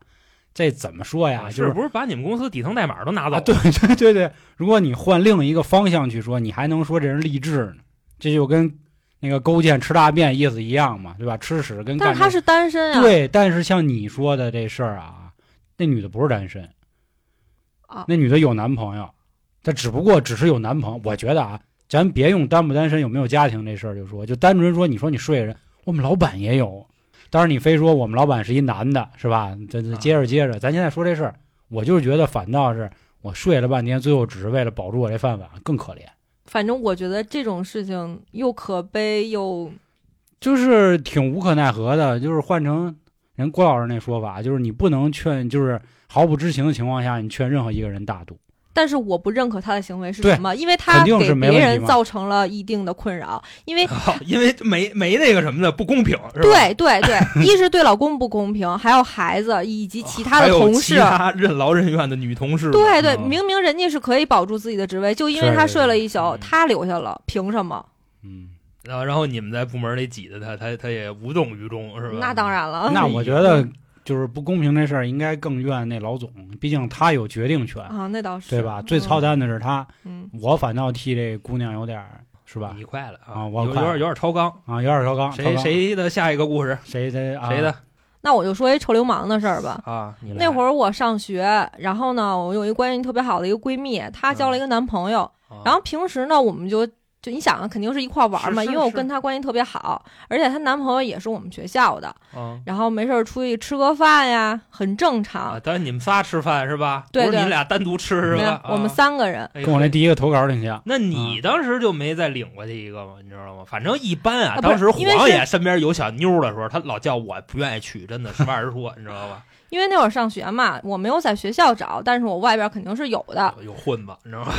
Speaker 1: 这怎么说呀？啊就是
Speaker 2: 啊不是把你们公司底层代码都拿走
Speaker 1: 啊，对
Speaker 2: 了？
Speaker 1: 对 对对，如果你换另一个方向去说，你还能说这人励志呢？这就跟那个勾践吃大便意思一样嘛，对吧？吃屎跟干
Speaker 3: 但是她
Speaker 1: 这
Speaker 3: 是单身啊，
Speaker 1: 对，但是像你说的这事儿啊，那女的不是单身
Speaker 3: 啊
Speaker 1: 那女的有男朋友，她只不过只是有男朋友。我觉得啊，咱别用单不单身、有没有家庭这事儿就说，就单纯说，你说你睡人，我们老板也有。当然，你非说我们老板是一男的，是吧？咱咱
Speaker 2: 啊
Speaker 1: 接着接着，咱现在说这事儿，我就是觉得反倒是我睡了半天，最后只是为了保住我这饭碗，更可怜。
Speaker 3: 反正我觉得这种事情又可悲又
Speaker 1: 就是挺无可奈何的。就是换成人郭老师那说法，就是你不能劝，就是毫不知情的情况下，你劝任何一个人大度。
Speaker 3: 但是我不认可他的行为是
Speaker 1: 对
Speaker 3: 什么，因为他
Speaker 1: 肯定是
Speaker 3: 给
Speaker 1: 没问
Speaker 3: 别
Speaker 1: 题
Speaker 3: 人
Speaker 1: 嘛
Speaker 3: 造成了一定的困扰，因为
Speaker 2: 啊因为没没那个什么的不公平，是吧？
Speaker 3: 对对对，一是对老公不公平，还有孩子以及
Speaker 1: 哦
Speaker 3: 其他
Speaker 2: 啊还
Speaker 3: 的
Speaker 2: 有
Speaker 3: 同
Speaker 2: 其
Speaker 3: 事，
Speaker 2: 他任劳任怨的女同事们，
Speaker 3: 对对，
Speaker 2: 嗯
Speaker 3: 明明人家是可以保住自己的职位，就因为
Speaker 1: 是
Speaker 3: 他
Speaker 1: 是
Speaker 3: 睡了
Speaker 1: 是
Speaker 3: 一宿
Speaker 2: 嗯，
Speaker 3: 他留下了，凭什么？
Speaker 1: 嗯，
Speaker 2: 啊然后然后你们在部门里挤的他，他他也无动于衷，是吧？
Speaker 3: 那嗯当然了，
Speaker 1: 那我觉得就是不公平这事儿，应该更怨那老总，毕竟他有决定权，
Speaker 3: 啊，那倒是，
Speaker 1: 对吧？最操
Speaker 3: 的，
Speaker 1: 蛋的是他，
Speaker 3: 嗯，
Speaker 1: 我反倒替这姑娘有点儿是吧？
Speaker 2: 你快了啊
Speaker 1: 啊我
Speaker 2: 有有
Speaker 1: 快
Speaker 2: 点
Speaker 1: 了
Speaker 2: 有点超纲。
Speaker 1: 啊，有点高纲。
Speaker 2: 谁
Speaker 1: 高纲
Speaker 2: 谁的下一个故事？
Speaker 1: 谁谁啊
Speaker 2: 谁的？
Speaker 3: 那我就说一臭流氓的事儿吧。
Speaker 2: 啊，你来
Speaker 3: 那会儿我上学，然后呢，我有一关系特别好的一个闺蜜，她
Speaker 2: 嗯
Speaker 3: 交了一个男朋友，
Speaker 2: 啊
Speaker 3: 然后平时呢，我们就就你想啊，肯定是一块儿玩儿嘛，
Speaker 2: 是是
Speaker 3: 因为我
Speaker 2: 是
Speaker 3: 跟她关系特别好，而且她男朋友也是我们学校的，
Speaker 2: 啊
Speaker 3: 然后没事儿出去吃个饭呀，很正
Speaker 2: 啊，
Speaker 3: 常。
Speaker 2: 但是你们仨吃饭是吧？
Speaker 3: 对
Speaker 2: 不是
Speaker 3: 对
Speaker 2: 你俩单独吃是
Speaker 3: 没有
Speaker 2: 吧？
Speaker 3: 我们
Speaker 2: 仨，
Speaker 3: 三个人，
Speaker 2: 哎呦
Speaker 1: 跟我那，第一个投稿挺 像。
Speaker 2: 那你当时就没再领过去一个吗？你知道吗？反正一般啊，
Speaker 3: 啊不
Speaker 2: 当
Speaker 3: 是
Speaker 2: 时
Speaker 3: 因为是
Speaker 2: 黄爷身边有小妞的时候，他老叫我不愿意去，真的实话实说，你知道吧？
Speaker 3: 因为那会儿上学嘛，我没有在学校找，但是我外边肯定是有的。
Speaker 2: 有有混吧，你知道吗？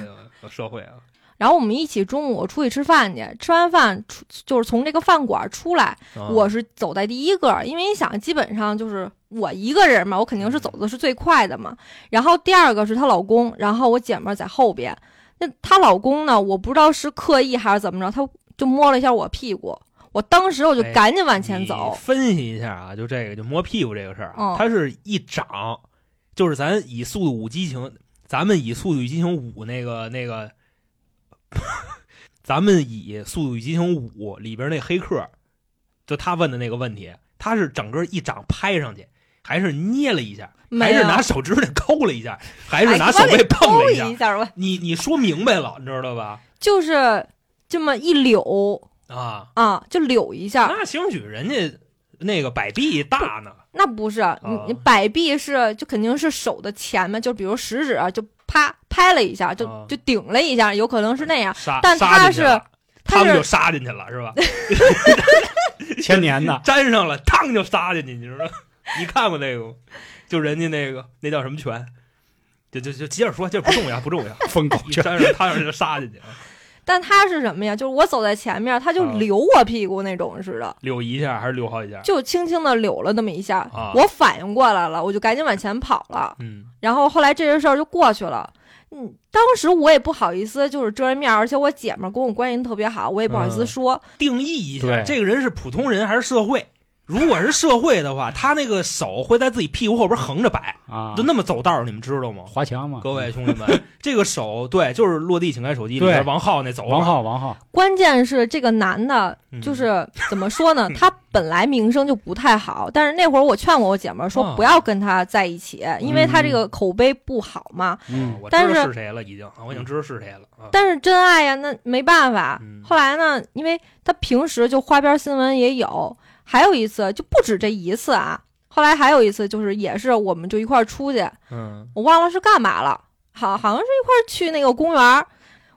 Speaker 2: 有有社会啊，
Speaker 3: 然后我们一起中午出去吃饭去，吃完饭出就是从这个饭馆出来，
Speaker 2: 啊
Speaker 3: 我是走在第一个，因为你想，基本上就是我一个人嘛，我肯定是走的是最快的嘛。然后第二个是她老公，然后我姐们儿在后边。那她老公呢，我不知道是刻意还是怎么着，他就摸了一下我屁股，我当时我就
Speaker 2: 哎
Speaker 3: 赶紧往前走
Speaker 2: 你。分析一下啊，就这个就摸屁股这个事儿啊
Speaker 3: 嗯，
Speaker 2: 它是一掌，就是咱以《速度五激情》，咱们以《速度与激情五》那个那个， 咱们以《速度与激情五》里边那黑客，就他问的那个问题，他是整个一掌拍上去。还是捏了一下，还
Speaker 3: 没
Speaker 2: 是
Speaker 3: 有，
Speaker 2: 拿手指头抠了一下，还是
Speaker 3: 哎
Speaker 2: 拿手
Speaker 3: 我
Speaker 2: 背
Speaker 3: 得
Speaker 2: 碰了
Speaker 3: 抠
Speaker 2: 一下？
Speaker 3: 一下吧，
Speaker 2: 你你说明白了，你知道吧？
Speaker 3: 就是这么一扭
Speaker 2: 啊，
Speaker 3: 啊，就扭一下。
Speaker 2: 那兴许人家那个摆臂大呢，
Speaker 3: 那不是，你
Speaker 2: 啊
Speaker 3: 你摆臂是就肯定是手的前面，就比如食指啊就啪拍了一下，就
Speaker 2: 啊
Speaker 3: 就顶了一下，有可能是那样。
Speaker 2: 杀，
Speaker 3: 但
Speaker 2: 杀
Speaker 3: 他
Speaker 2: 进去了
Speaker 3: 是他
Speaker 2: 们
Speaker 3: 是
Speaker 2: 就杀进去了，是吧？
Speaker 1: 千年的
Speaker 2: 粘上了，嘡就杀进去，你知道吗？ 你看过那个吗？就人家那个那叫什么拳？就就就接着说，这不重要，不重 要。
Speaker 1: 疯狗
Speaker 2: 一
Speaker 1: 圈，
Speaker 2: 粘上他让就杀进去，
Speaker 3: 但他是什么呀？就是我走在前面，他就
Speaker 2: 啊
Speaker 3: 留我屁股那种似的，
Speaker 2: 扭一下还是扭好几下？
Speaker 3: 就轻轻的扭了那么一下。
Speaker 2: 啊
Speaker 3: 我反应过来了，我就赶紧往前跑了。
Speaker 2: 嗯，
Speaker 3: 然后后来这件事儿就过去了。嗯，当时我也不好意思，就是遮人面儿，而且我姐们儿跟我关系特别好，我也不好意思
Speaker 2: 嗯
Speaker 3: 说。
Speaker 2: 定义一下，
Speaker 1: 对
Speaker 2: 这个人是普通人还是社会？如果是社会的话，他那个手会在自己屁股后边横着摆，
Speaker 1: 啊
Speaker 2: 就，那么走道儿，你们知道吗？
Speaker 1: 华强嘛，
Speaker 2: 各位兄弟们，这个手对，就是落地请开手机里边
Speaker 1: 对
Speaker 2: 王浩那走法
Speaker 1: 王，浩，王浩，
Speaker 3: 关键是这个男的，
Speaker 2: 嗯
Speaker 3: 就是怎么说 呢？他本来名声就不太好，但是那会儿我劝过我姐们儿
Speaker 2: 哦
Speaker 3: 说不要跟他在一起，因为他这
Speaker 2: 嗯
Speaker 3: 个口碑不好嘛。
Speaker 1: 嗯，
Speaker 2: 啊我知
Speaker 3: 但
Speaker 2: 道
Speaker 3: 是
Speaker 2: 是谁了，已经，我已经知道是谁了啊。
Speaker 3: 但是真爱呀，那没办法
Speaker 2: 嗯。
Speaker 3: 后来呢，因为他平时就花边新闻也有，还有一次就不止这一次啊。后来还有一次就是也是我们就一块儿出去，
Speaker 2: 嗯
Speaker 3: 我忘了是干嘛了，好好像是一块儿去那个公园儿，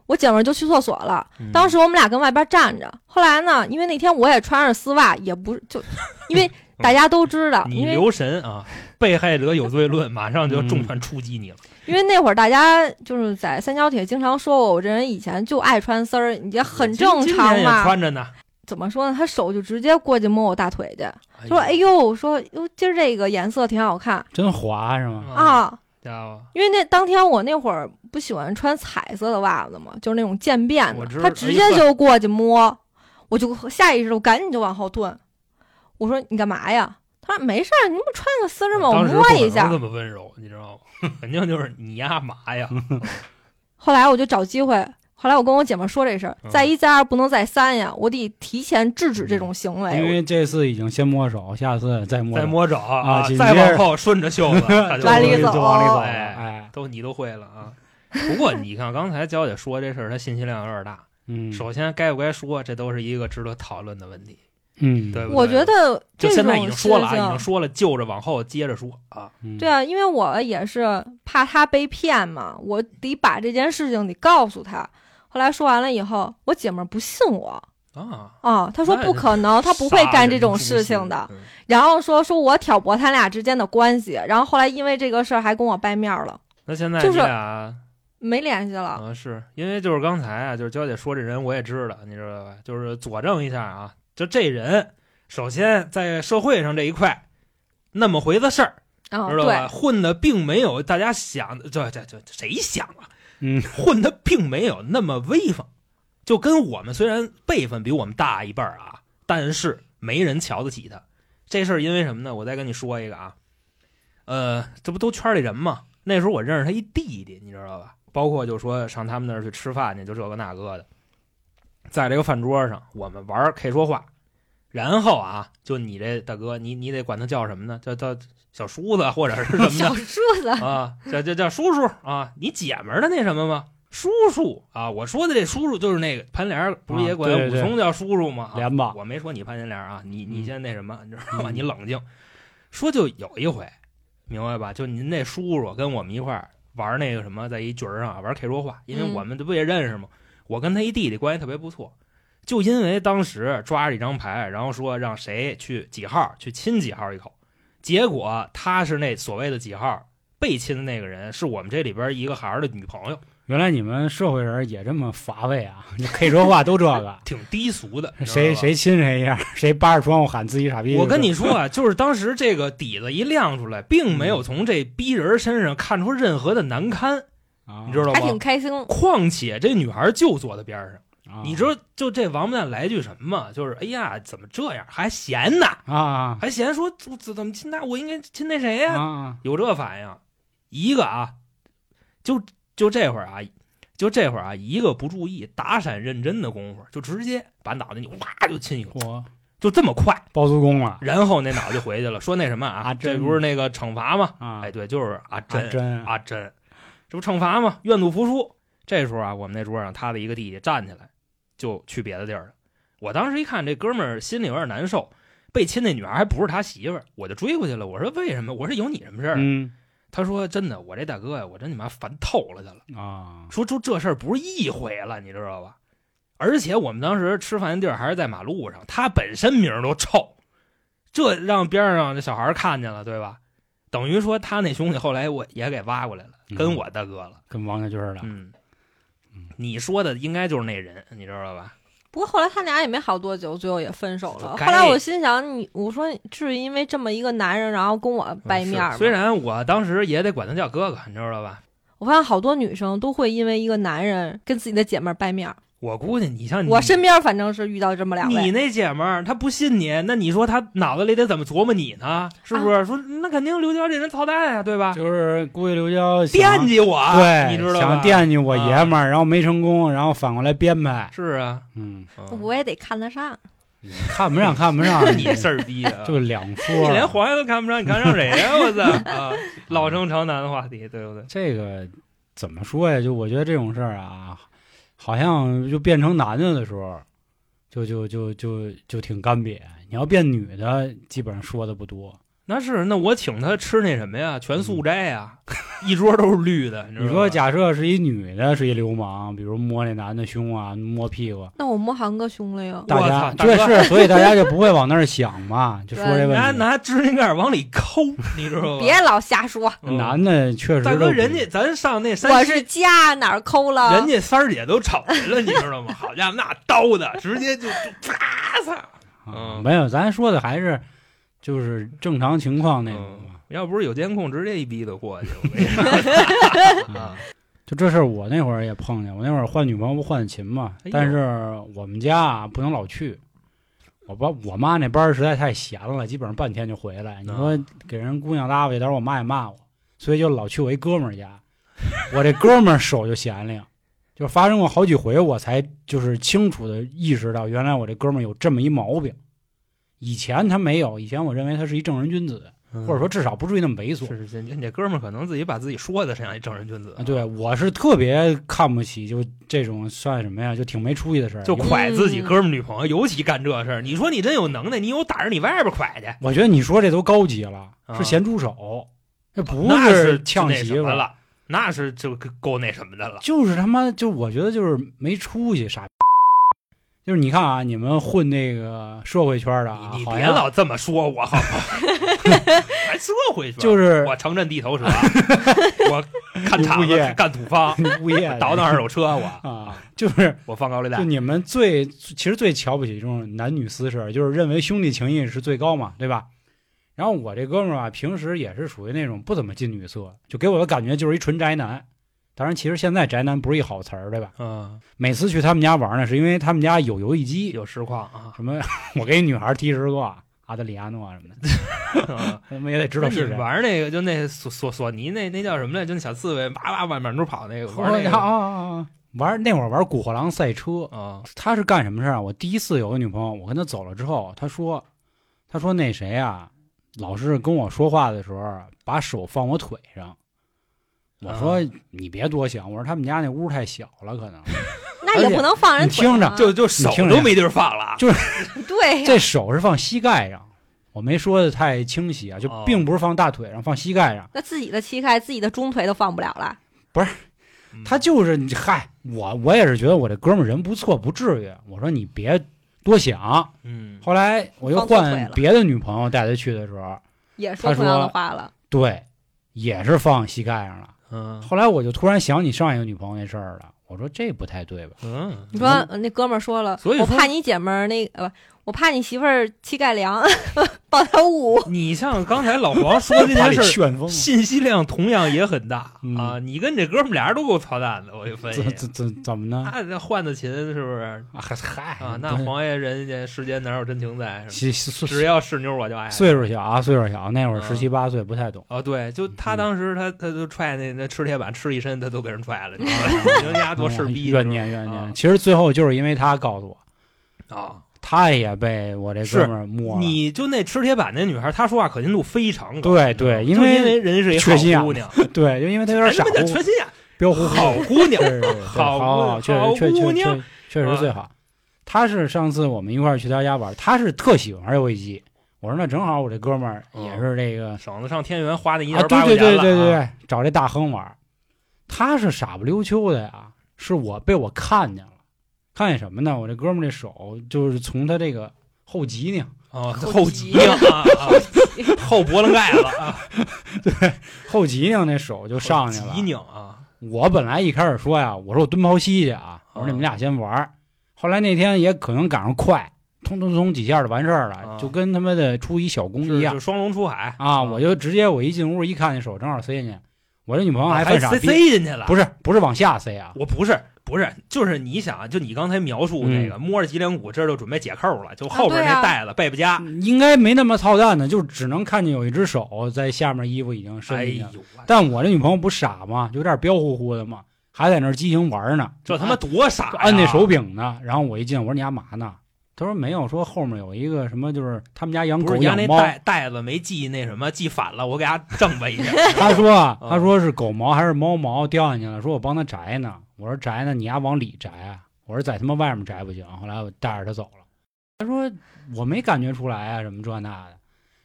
Speaker 3: 我姐们儿就去厕所了。
Speaker 2: 嗯
Speaker 3: 当时我们俩跟外边站着，后来呢，因为那天我也穿着丝袜，也不是 就，因为大家都知道，
Speaker 2: 你
Speaker 3: 因为
Speaker 2: 留神啊，被害者有罪论马上就要
Speaker 1: 嗯
Speaker 2: 重拳出击你了。
Speaker 3: 因为那会儿大家就是在三角铁经常说我，我这人以前就爱穿丝儿，也很正
Speaker 2: 今
Speaker 3: 常
Speaker 2: 今天也
Speaker 3: 嘛。
Speaker 2: 穿着呢。
Speaker 3: 怎么说呢？他手就直接过去摸我大腿去，
Speaker 2: 呦
Speaker 3: 说：“哎，呦，说哟，今儿这个颜色挺好看
Speaker 1: 真滑是吗？
Speaker 2: 啊，
Speaker 3: 啊。”
Speaker 2: 家伙，
Speaker 3: 因为那当天我那会儿不喜欢穿彩色的袜子嘛，就是那种渐变
Speaker 2: 我
Speaker 3: 的
Speaker 2: 知，道
Speaker 3: 他 直接就过去摸，我就下意识我赶紧就往后退。我说你干嘛呀？他说没事儿，你不穿个丝儿吗？我
Speaker 2: 当时
Speaker 3: 摸
Speaker 2: 不可
Speaker 3: 一
Speaker 2: 能
Speaker 3: 下
Speaker 2: 这。么温柔，你知道吗？ 肯定就是你呀嘛呀，
Speaker 3: 后来我就找机会，后来我跟我姐们说这事儿，
Speaker 2: 嗯
Speaker 3: 再一再二不能再三呀，我得提前制止这种行
Speaker 1: 因
Speaker 3: 为。
Speaker 1: 为这次已经先摸手，下次再摸
Speaker 2: 再
Speaker 1: 手，
Speaker 2: 摸肘
Speaker 1: 啊紧接
Speaker 2: 再
Speaker 1: 着
Speaker 2: 往后顺 着袖子，他就
Speaker 1: 就往
Speaker 3: 往里
Speaker 1: 里
Speaker 3: 走
Speaker 1: 就往里走了，
Speaker 2: 哎
Speaker 1: 哎，
Speaker 2: 都你都会了啊。不过你看刚才娇姐说这事儿，她信息量有点大。
Speaker 1: 嗯，
Speaker 2: 首先该不该说，这都是一个值得讨论的问题，
Speaker 1: 嗯，
Speaker 2: 对不对？
Speaker 3: 我觉得
Speaker 2: 就
Speaker 3: 这
Speaker 2: 现在已
Speaker 3: 种
Speaker 2: 经说了啊，
Speaker 3: 事
Speaker 2: 已
Speaker 3: 情
Speaker 2: 经说了，就着往后接着说啊。
Speaker 1: 嗯
Speaker 3: 对啊，因为我也是怕他被骗嘛，我得把这件事情得告诉他。后来说完了以后，我姐们儿不信我
Speaker 2: 啊，
Speaker 3: 啊，她说
Speaker 2: 那
Speaker 3: 不可能，她不会干这种事情的。。然后说说我挑拨他俩之间的关系，然后后来因为这个事儿还跟我掰面儿了，
Speaker 2: 那现在
Speaker 3: 就是啊
Speaker 2: 你俩
Speaker 3: 没联系了。
Speaker 2: 啊，是因为就是刚才啊，就是娇姐说这人我也知道，你知道吧？就是佐证一下啊，就这人，首先在社会上这一块，那么回子事儿，
Speaker 3: 啊，
Speaker 2: 嗯知道吧？
Speaker 3: 对，
Speaker 2: 混的并没有大家想的，这这这谁想啊？
Speaker 1: 嗯，
Speaker 2: 混的并没有那么威风，就跟我们虽然辈分比我们大一辈儿啊，但是没人瞧得起他。这事儿因为什么呢？我再跟你说一个啊，呃，这不都圈里人吗？那时候我认识他一弟弟，你知道吧？包括就说上他们那儿去吃饭去，就这个那个的，在这个饭桌上，我们玩儿 K 说话，然后啊，就你这大哥，你你得管他叫什么呢？叫叫小叔子或者是什么的
Speaker 3: 小，叔子，
Speaker 2: 啊，叫叫叫叔叔啊，你姐们儿的那什么吗？叔叔啊，我说的这叔叔就是那个潘莲儿，不是也管
Speaker 1: 啊
Speaker 2: 武
Speaker 1: 对对
Speaker 2: 松叫叔叔吗？啊
Speaker 1: 连吧，
Speaker 2: 我没说你潘金莲啊，你你
Speaker 1: 嗯
Speaker 2: 先那什么，你知道吗？
Speaker 1: 嗯
Speaker 2: 你冷静。说就有一回，明白吧？就您那叔叔跟我们一块儿玩那个什么，在一局儿上玩 K 说话，因为
Speaker 3: 嗯
Speaker 2: 我们这不也认识吗？我跟他一弟弟关系特别不错，就因为当时抓着一张牌，然后说让谁去几号去亲几号一口，结果他是那所谓的几号被亲的那个人，是我们这里边一个孩儿的女朋友，，
Speaker 1: 原来你们社会人也这么乏味啊！你可以说话都这个
Speaker 2: 挺低俗的。你知道吧
Speaker 1: 谁？谁亲谁一下，谁扒着窗户喊自己傻逼。
Speaker 2: 我跟你说啊，就是当时这个底子一亮出来，并没有从这逼人身上看出任何的难堪，
Speaker 1: 嗯啊，
Speaker 2: 你知道
Speaker 3: 还挺
Speaker 2: 吗？
Speaker 3: 开心。
Speaker 2: 况且这女孩就坐在边上，
Speaker 1: 啊
Speaker 2: 你知道就这王八蛋来句什么吗？就是哎呀，怎么这样？还闲呢？
Speaker 1: 啊啊
Speaker 2: 还嫌说怎怎么亲那我应该亲那谁
Speaker 1: 啊
Speaker 2: 哎呀、
Speaker 1: 啊
Speaker 2: 有这反应，一个啊，就就这会儿啊，就这会儿啊，一个不注意打闪认真的功夫，就直接把脑袋你哇就亲一口，
Speaker 1: 我
Speaker 2: 就这么快，
Speaker 1: 包租公了
Speaker 2: 然后那脑袋就回去了，说那什么啊，
Speaker 1: 啊
Speaker 2: 这
Speaker 1: 真
Speaker 2: 不是那个惩罚吗？
Speaker 1: 啊！
Speaker 2: 哎，对，就是阿
Speaker 1: 啊
Speaker 2: 珍
Speaker 1: 真
Speaker 2: 阿珍，这不惩罚吗？愿赌服输。这时候啊，我们那桌上他的一个弟弟站起来，就去别的地儿了。我当时一看，这哥们儿心里有点难受，被亲那女孩还不是他媳妇儿，我就追过去了。我说为什么？我说有你什么事儿啊？
Speaker 1: 嗯
Speaker 2: 他说真的，我这大哥呀，我真你妈烦透了他了。
Speaker 1: 啊
Speaker 2: 说就这事儿不是一回了，你知道吧？而且我们当时吃饭的地儿还是在马路上，他本身名儿都臭，这让边上这小孩儿看见了，对吧？等于说他那兄弟后来我也给挖过来了，跟
Speaker 1: 嗯
Speaker 2: 我大哥了。
Speaker 1: 跟王家军儿的
Speaker 2: 嗯
Speaker 1: 嗯，
Speaker 2: 你说的应该就是那人，你知道吧？
Speaker 3: 不过后来他俩也没好多久，最后也分手了。
Speaker 2: 该
Speaker 3: 后来我心想，你我说至于因为这么一个男人，然后跟我掰面儿
Speaker 2: 嗯
Speaker 3: 吗？
Speaker 2: 虽然我当时也得管他叫哥哥，你知道吧？
Speaker 3: 我发现好多女生都会因为一个男人跟自己的姐妹儿掰面儿。
Speaker 2: 我估计你像你
Speaker 3: 我身边反正是遇到这么
Speaker 2: 嗯
Speaker 3: 两
Speaker 2: 你
Speaker 3: 位，
Speaker 2: 那姐们儿，她不信你，那你说她脑子里得怎么琢磨你呢？是不是？
Speaker 3: 啊
Speaker 2: 说那肯定刘娇这人操蛋呀，对吧？
Speaker 1: 就是估计刘娇想
Speaker 2: 惦记我，
Speaker 1: 对，
Speaker 2: 你知道吧？啊
Speaker 1: 想惦记我爷们儿，然后没成功，然后反过来编排，
Speaker 2: 是啊，
Speaker 1: 嗯，
Speaker 2: 嗯
Speaker 3: 我也得看得上。
Speaker 1: 看不上看不上，
Speaker 2: 你事儿逼啊！
Speaker 1: 就两
Speaker 2: 你
Speaker 1: 说，
Speaker 2: 连皇上都看不上，你看上谁 呀？我操！啊，老生常谈的话题，对不对？
Speaker 1: 这个怎么说呀？就我觉得这种事儿啊，好像就变成男的的时候，就就就就就挺干瘪。你要变女的，基本上说的不多。
Speaker 2: 那是那我请他吃那什么呀？全素斋呀，嗯一桌都是绿的。你
Speaker 1: 你
Speaker 2: 知道吧
Speaker 1: 说，假设是一女的，是一流氓，比如摸那男的胸啊，摸屁股，
Speaker 3: 那我摸韩哥胸了呀，
Speaker 1: 大
Speaker 2: 我
Speaker 1: 家
Speaker 2: 操大哥
Speaker 1: 这是，所以大家就不会往那儿想 嘛，就说这
Speaker 2: 拿
Speaker 1: 问题。
Speaker 2: 拿指甲盖儿往里抠，你知道吧？
Speaker 3: 别老瞎说。
Speaker 2: 嗯
Speaker 1: 男的确实
Speaker 2: 大
Speaker 1: 都
Speaker 2: 哥，
Speaker 1: 不
Speaker 2: 人家咱上那山
Speaker 3: 我
Speaker 2: 西
Speaker 3: 是家哪儿抠了？
Speaker 2: 人家三儿姐都吵来了，你知道吗？好家伙，那刀的直接就就啪嚓！
Speaker 1: 啊
Speaker 2: 嗯
Speaker 1: 没有，咱说的还是就是正常情况那种啊嘛。
Speaker 2: 嗯要不是有监控，直接一逼的过去。我跟你说
Speaker 1: 啊
Speaker 2: 啊，
Speaker 1: 就这事儿，我那会儿也碰见。我那会儿换女朋友不换的勤嘛
Speaker 2: 哎呦，
Speaker 1: 但是我们家啊不能老去。我爸我妈那班儿实在太闲了，基本上半天就回来。你说
Speaker 2: 啊
Speaker 1: 给人姑娘拉过去，到时候我妈也骂我，所以就老去我一哥们儿家。我这哥们儿手就闲灵，就发生过好几回，我才就是清楚的意识到，原来我这哥们儿有这么一毛病。以前他没有，以前我认为他是一正人君子，或者说至少不至于那么猥琐。
Speaker 2: 是是，你这哥们儿可能自己把自己说的像一正人君子
Speaker 1: 嗯啊，，对，我是特别看不起，就这种算什么呀？就挺没出息的事儿。
Speaker 2: 就
Speaker 1: 有
Speaker 2: 蒯自己哥们儿女朋友，尤其干这事儿。你说你真有能耐，你有胆儿，你外边蒯去，
Speaker 1: 我觉得你说这都高级了，
Speaker 2: 啊
Speaker 1: 是咸猪手，这不
Speaker 2: 那是
Speaker 1: 呛
Speaker 2: 那什
Speaker 1: 媳妇
Speaker 2: 么
Speaker 1: 儿，
Speaker 2: 了，那是就够那什么的了。
Speaker 1: 就是他妈就我觉得就是没出息，傻逼。就是你看啊，你们混那个社会圈的啊
Speaker 2: 你，你
Speaker 1: 好
Speaker 2: 别
Speaker 1: 像
Speaker 2: 老这么说我好 吗？还社会说，
Speaker 1: 就是
Speaker 2: 我承认 地头蛇，我看
Speaker 1: 物
Speaker 2: 厂
Speaker 1: 业
Speaker 2: 子干土方，
Speaker 1: 物业的
Speaker 2: 倒腾二手车， 我
Speaker 1: 啊，就是
Speaker 2: 我放高利
Speaker 1: 就
Speaker 2: 贷。
Speaker 1: 你们最其实最瞧不起这种男女私事，就是认为兄弟情谊是最高嘛，对吧？然后我这哥们儿吧，啊平时也是属于那种不怎么近女色，就给我的感觉就是一纯宅男。当然，其实现在宅男不是一好词儿，对吧？
Speaker 2: 嗯，
Speaker 1: 每次去他们家玩呢，是因为他们家有游戏机，，
Speaker 2: 有实况啊
Speaker 1: 什么我给女孩踢十个阿德里亚诺什么的，
Speaker 2: 嗯
Speaker 1: 他们也得知
Speaker 2: 那
Speaker 1: 道
Speaker 2: 你
Speaker 1: 是谁。
Speaker 2: 玩那个就那索索索尼那那叫什么来？就那小刺猬，哇哇往满处跑那个，玩那
Speaker 1: 啊
Speaker 2: 个
Speaker 1: 啊啊啊！玩那会儿玩古惑狼赛车，
Speaker 2: 啊，
Speaker 1: 他是干什么事儿啊？我第一次有个女朋友，我跟她走了之后，她说，她说那谁啊，老是跟我说话的时候啊把手放我腿上。
Speaker 2: 啊
Speaker 1: 我说、你别多想，我说他们家那屋太小了，可能
Speaker 3: 那也不能放人腿
Speaker 1: 你听着
Speaker 3: 上啊
Speaker 2: 就就手
Speaker 1: 听着
Speaker 2: 都没地儿放了啊。
Speaker 3: 对呀，
Speaker 1: 这手是放膝盖上，我没说的太清晰啊，就
Speaker 2: 哦
Speaker 1: 并不是放大腿上，放膝盖上。
Speaker 3: 那自己的膝盖、自己的中腿都放不了了。
Speaker 2: 嗯
Speaker 1: 他就是你嗨，我我也是觉得我这哥们儿人不错，不至于。我说你别多想。
Speaker 2: 嗯，
Speaker 1: 后来我又
Speaker 3: 放错腿
Speaker 1: 换
Speaker 3: 了
Speaker 1: 别的女朋友带他去的时候，
Speaker 3: 也
Speaker 1: 他说
Speaker 3: 说同样的话了。
Speaker 1: 对，也是放膝盖上了。
Speaker 2: 嗯
Speaker 1: 后来我就突然想起上一个女朋友那事儿了，我说这不太对吧？
Speaker 2: 嗯，
Speaker 3: 你说呃那哥们儿说了，
Speaker 2: 所以
Speaker 3: 我
Speaker 2: 说
Speaker 3: 怕你姐们儿那呃不，我怕你媳妇儿膝盖凉， 抱她捂。
Speaker 2: 你像刚才老黄说这
Speaker 1: 把
Speaker 2: 件
Speaker 1: 你
Speaker 2: 事儿，
Speaker 1: 旋风了
Speaker 2: 信息量同样也很大
Speaker 1: 嗯
Speaker 2: 啊。你跟这哥们俩人都够操蛋的，我就分析
Speaker 1: 怎。怎怎怎么呢？
Speaker 2: 那那换的勤是不是
Speaker 1: 啊嗨
Speaker 2: 啊？那
Speaker 1: 不是
Speaker 2: 黄爷人家世间哪有真情在？是吧
Speaker 1: 岁岁
Speaker 2: 只要是妞我就爱。
Speaker 1: 岁数小啊，岁数小，那会儿
Speaker 2: 嗯
Speaker 1: 十七八岁不太 懂。
Speaker 2: 哦，对，就他
Speaker 1: 嗯
Speaker 2: 当时他他就踹那那吃铁板吃一身，他都给人踹了，你知道吗？你说 人家多事儿
Speaker 1: 啊
Speaker 2: 逼，
Speaker 1: 嗯怨念怨
Speaker 2: 嗯
Speaker 1: 念。其实最后就是因为他告诉我，
Speaker 2: 啊！
Speaker 1: 他也被我这哥们儿摸了。
Speaker 2: 你就那吃铁板那女孩，她说话可信度非常高，
Speaker 1: 对
Speaker 2: 你知道吗
Speaker 1: 对
Speaker 2: 嗯就
Speaker 1: 因
Speaker 2: 因
Speaker 1: 为
Speaker 2: 人是一
Speaker 1: 缺心眼
Speaker 2: 好
Speaker 1: 儿
Speaker 2: 姑娘，
Speaker 1: 对，就因为他有点哦傻
Speaker 2: 哎他妈叫
Speaker 1: 乎
Speaker 2: 缺心眼，
Speaker 1: 彪呼
Speaker 2: 好姑 娘，
Speaker 1: 对对对，
Speaker 2: 好
Speaker 1: 好，
Speaker 2: 姑
Speaker 1: 确
Speaker 2: 好
Speaker 1: 实确
Speaker 2: 姑
Speaker 1: 确
Speaker 2: 娘
Speaker 1: 确确实最好。他是上次我们一块儿去他家玩，他是特喜欢游戏机。我说那正好，我这哥们儿也是这个
Speaker 2: 省得上天元嗯花那一
Speaker 1: 啊，对
Speaker 2: 点八块
Speaker 1: 对
Speaker 2: 钱
Speaker 1: 对
Speaker 2: 了啊。
Speaker 1: 对对对，找这大亨玩儿，他是傻不溜秋的呀，是我被我看见了，看见什么呢？我这哥们儿这手就是从他这个后脊梁，
Speaker 2: 哦，
Speaker 3: 后
Speaker 2: 后
Speaker 3: 脊
Speaker 2: 脊梁啊，啊后脖棱盖子啊，
Speaker 1: 后脊梁那手就上去了
Speaker 2: 脊。梁啊，
Speaker 1: 我本来一开始说呀，我说我蹲刨溪去啊，我说你们俩先玩儿。后来那天也可能赶上快，通通通几下就完事儿了，
Speaker 2: 啊
Speaker 1: 就跟他妈的出一小工
Speaker 2: 是
Speaker 1: 一样
Speaker 2: 就双龙出海
Speaker 1: 啊！我就直接我一进屋一看，那手正好塞进去，我这女朋友
Speaker 2: 还
Speaker 1: 犯傻
Speaker 2: 塞塞
Speaker 1: 逼，
Speaker 2: 进去了，
Speaker 1: 不是不是往下塞啊，
Speaker 2: 我不是不是，就是你想，啊就你刚才描述那个、摸着脊梁骨，这儿就准备解扣了，就后边
Speaker 3: 嗯啊对啊
Speaker 2: 那带子背不佳。
Speaker 1: 应该没那么操蛋的，就只能看见有一只手在下面衣服已经
Speaker 2: 哎
Speaker 1: 伸进去
Speaker 2: 呦
Speaker 1: 了。，
Speaker 2: 我
Speaker 1: 但我这女朋友不傻嘛，有点彪乎乎的嘛，还在那儿激情玩呢，
Speaker 2: 这他妈多傻哎呀！
Speaker 1: 按那手柄呢。然后我一进，我说你干嘛呢？她说没有，说后面有一个什么，就是他们家养
Speaker 2: 不
Speaker 1: 狗
Speaker 2: 是家
Speaker 1: 养
Speaker 2: 那
Speaker 1: 猫。啊
Speaker 2: 带带子没系那什么，系反了，我给他正吧一下。
Speaker 1: 她说 啊，
Speaker 2: 嗯
Speaker 1: 她说是狗毛还是猫毛掉下去了，说我帮她摘呢。我说摘呢，你丫往里摘啊？我说在他妈外面摘不行。后来我带着她走了，她说我没感觉出来啊，什么这那的。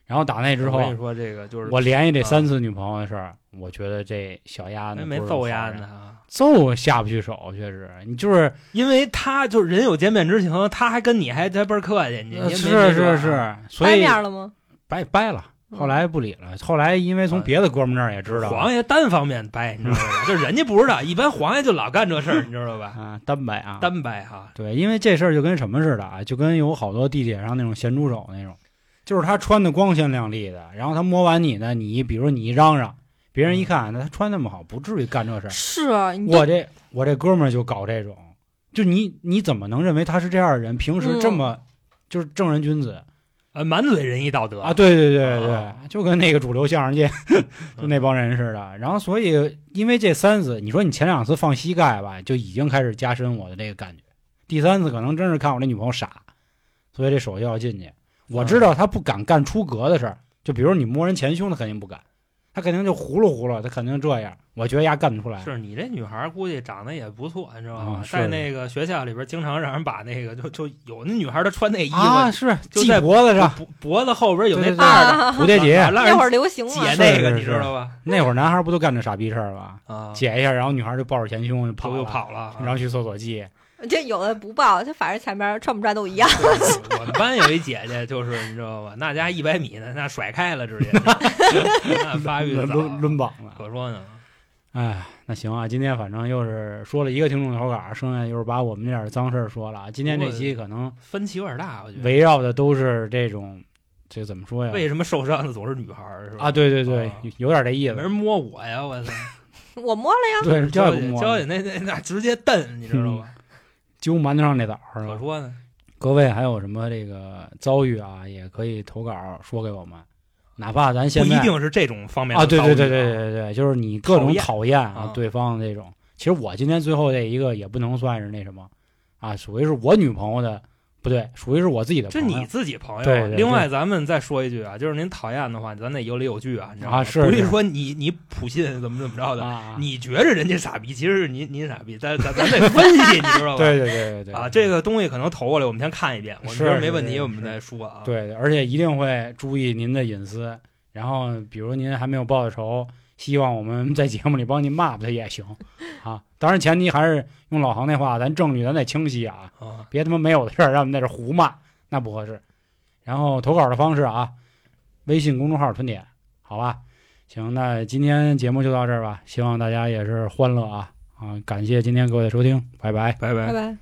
Speaker 1: 然后打那之后
Speaker 2: 哎我，跟你说这个就是
Speaker 1: 我联系这三次女朋友的事儿，我觉得这小丫
Speaker 2: 没
Speaker 1: 呢
Speaker 2: 哎没
Speaker 1: 不是
Speaker 2: 揍
Speaker 1: 好
Speaker 2: 丫
Speaker 1: 人
Speaker 2: 呢，啊
Speaker 1: 揍我下不去手，确实，你就是
Speaker 2: 因为他就是人有见面之情，他还跟你还他倍儿客气，你
Speaker 1: 呃
Speaker 2: 你也没
Speaker 1: 是
Speaker 2: 辙
Speaker 1: 是
Speaker 2: 啊
Speaker 1: 是，所
Speaker 3: 掰
Speaker 1: 以
Speaker 3: 面了吗？
Speaker 1: 掰掰了，
Speaker 3: 嗯
Speaker 1: 后来不理了，后来因为从别的哥们那儿也知道
Speaker 2: 黄爷单方面掰，你知道吗？就人家不知道，一般黄爷就老干这事儿，你知道吧？
Speaker 1: 啊，单掰啊，
Speaker 2: 单掰哈，
Speaker 1: 对，因为这事儿就跟什么似的啊，就跟有好多地铁上那种咸猪手那种，就是他穿的光鲜亮丽的，然后他摸完你呢，你一比如你一嚷嚷，别人一
Speaker 2: 嗯
Speaker 1: 看那他穿那么好，不至于干这事儿。
Speaker 3: 是啊，你都
Speaker 1: 我这我这哥们儿就搞这种，就你你怎么能认为他是这样的人？平时这
Speaker 2: 嗯
Speaker 1: 么、就是正人君子
Speaker 2: 呃，满嘴仁义道德
Speaker 1: 啊？，对对对对，
Speaker 2: 啊
Speaker 1: 就跟那个主流相声界
Speaker 2: 嗯
Speaker 1: 就嗯那帮人似的。然后所以因为这三次，你说你前两次放膝盖吧，就已经开始加深我的这个感觉。第三次可能真是看我这女朋友傻，所以这手就要进去。我知道他不敢干出格的事儿，就比如你摸人前胸，他肯定不敢，他肯定就葫芦葫芦，他肯定这样。我觉得丫干不出来。
Speaker 2: 是你这女孩儿估计长得也不错，你知道吗
Speaker 1: 哎啊？是
Speaker 2: 在那个学校里边，经常让人把那个就就有那女孩儿她穿那衣服
Speaker 1: 啊，是
Speaker 2: 就
Speaker 1: 系
Speaker 2: 在
Speaker 1: 脖子上，
Speaker 2: 脖脖子后边有那
Speaker 1: 对对
Speaker 2: 带儿的，
Speaker 1: 蝴蝶结
Speaker 2: 啊，让
Speaker 3: 那
Speaker 2: 人
Speaker 3: 会儿流行嘛
Speaker 2: 解，那个，
Speaker 1: 是是
Speaker 2: 你知道吧？
Speaker 1: 那会儿男孩不都干这傻逼事儿吧？
Speaker 2: 啊，
Speaker 1: 解一下，然后女孩就抱着前胸就跑
Speaker 2: 就
Speaker 1: 了
Speaker 2: 又，跑了啊。
Speaker 1: 然后去厕所系。
Speaker 3: 这有的不报，就反正前面穿不穿都一样。
Speaker 2: 对我们班有一姐姐，就是你知道吧？那家一百米呢，那甩开 了直接，那 发育
Speaker 1: 抡
Speaker 2: 的
Speaker 1: 抡抡膀了。
Speaker 2: 可说呢。
Speaker 1: 哎，那行啊，今天反正又是说了一个听众投稿，剩下又是把我们这点脏事儿说了啊。今天这期可能
Speaker 2: 分歧有点大，我觉得。
Speaker 1: 围绕的都是这种，这怎么说呀？
Speaker 2: 为什么受伤的总是女孩儿？是吧？
Speaker 1: 啊，对对对
Speaker 2: 啊，
Speaker 1: 有有点这意
Speaker 2: 没
Speaker 1: 思
Speaker 2: 人。摸我呀！我操！
Speaker 3: 我摸了呀，
Speaker 1: 对，
Speaker 2: 娇
Speaker 1: 叫也不摸，嗯
Speaker 2: 娇姐那那那直接蹬，你知道吧？
Speaker 1: 揪馒头上那枣是
Speaker 2: 可
Speaker 1: 吧？
Speaker 2: 说呢。
Speaker 1: 各位还有什么这个遭遇啊，也可以投稿说给我们，哪怕咱
Speaker 2: 不
Speaker 1: 现
Speaker 2: 一
Speaker 1: 在
Speaker 2: 定是这种方面
Speaker 1: 啊，
Speaker 2: 的
Speaker 1: 对
Speaker 2: 遭
Speaker 1: 对
Speaker 2: 遇
Speaker 1: 对对对对，就是你各种讨厌啊
Speaker 2: 啊
Speaker 1: 对方的这种。其实我今天最后这一个也不能算是那什么，啊，属于是我女朋友的，不对，属于是我自己的
Speaker 2: 这
Speaker 1: 朋友
Speaker 2: 你。自己朋友。啊
Speaker 1: 对对对
Speaker 2: 另外，咱们再说一句啊，就是您讨厌的话，咱得有理有据啊，你知道吗？
Speaker 1: 啊是
Speaker 2: 不是
Speaker 1: 是
Speaker 2: 说你你普信怎么怎么着的，
Speaker 1: 啊，
Speaker 2: 你觉着人家傻逼，其实是您您傻逼，但咱咱得分析，你知道吧？
Speaker 1: 对对对对对
Speaker 2: 啊，这
Speaker 1: 个
Speaker 2: 个东西可能投过来，我们先看一遍，我们
Speaker 1: 是
Speaker 2: 觉得没问
Speaker 1: 是
Speaker 2: 题，
Speaker 1: 是
Speaker 2: 我们再说啊。
Speaker 1: 对，而且一定会注意您的隐私。然后，比如您还没有报的仇，希望我们在节目里帮您骂他也行啊。当然，前提还是用老航那话，咱证据咱得清晰啊。
Speaker 2: 啊，
Speaker 1: 别他妈没有的事儿让我们在这胡骂，那不合适。然后投稿的方式啊，微信公众号“春点”，好吧？行，那今天节目就到这儿吧，希望大家也是欢乐啊啊！感谢今天各位的收听，拜拜。
Speaker 2: 拜拜
Speaker 3: 拜。拜。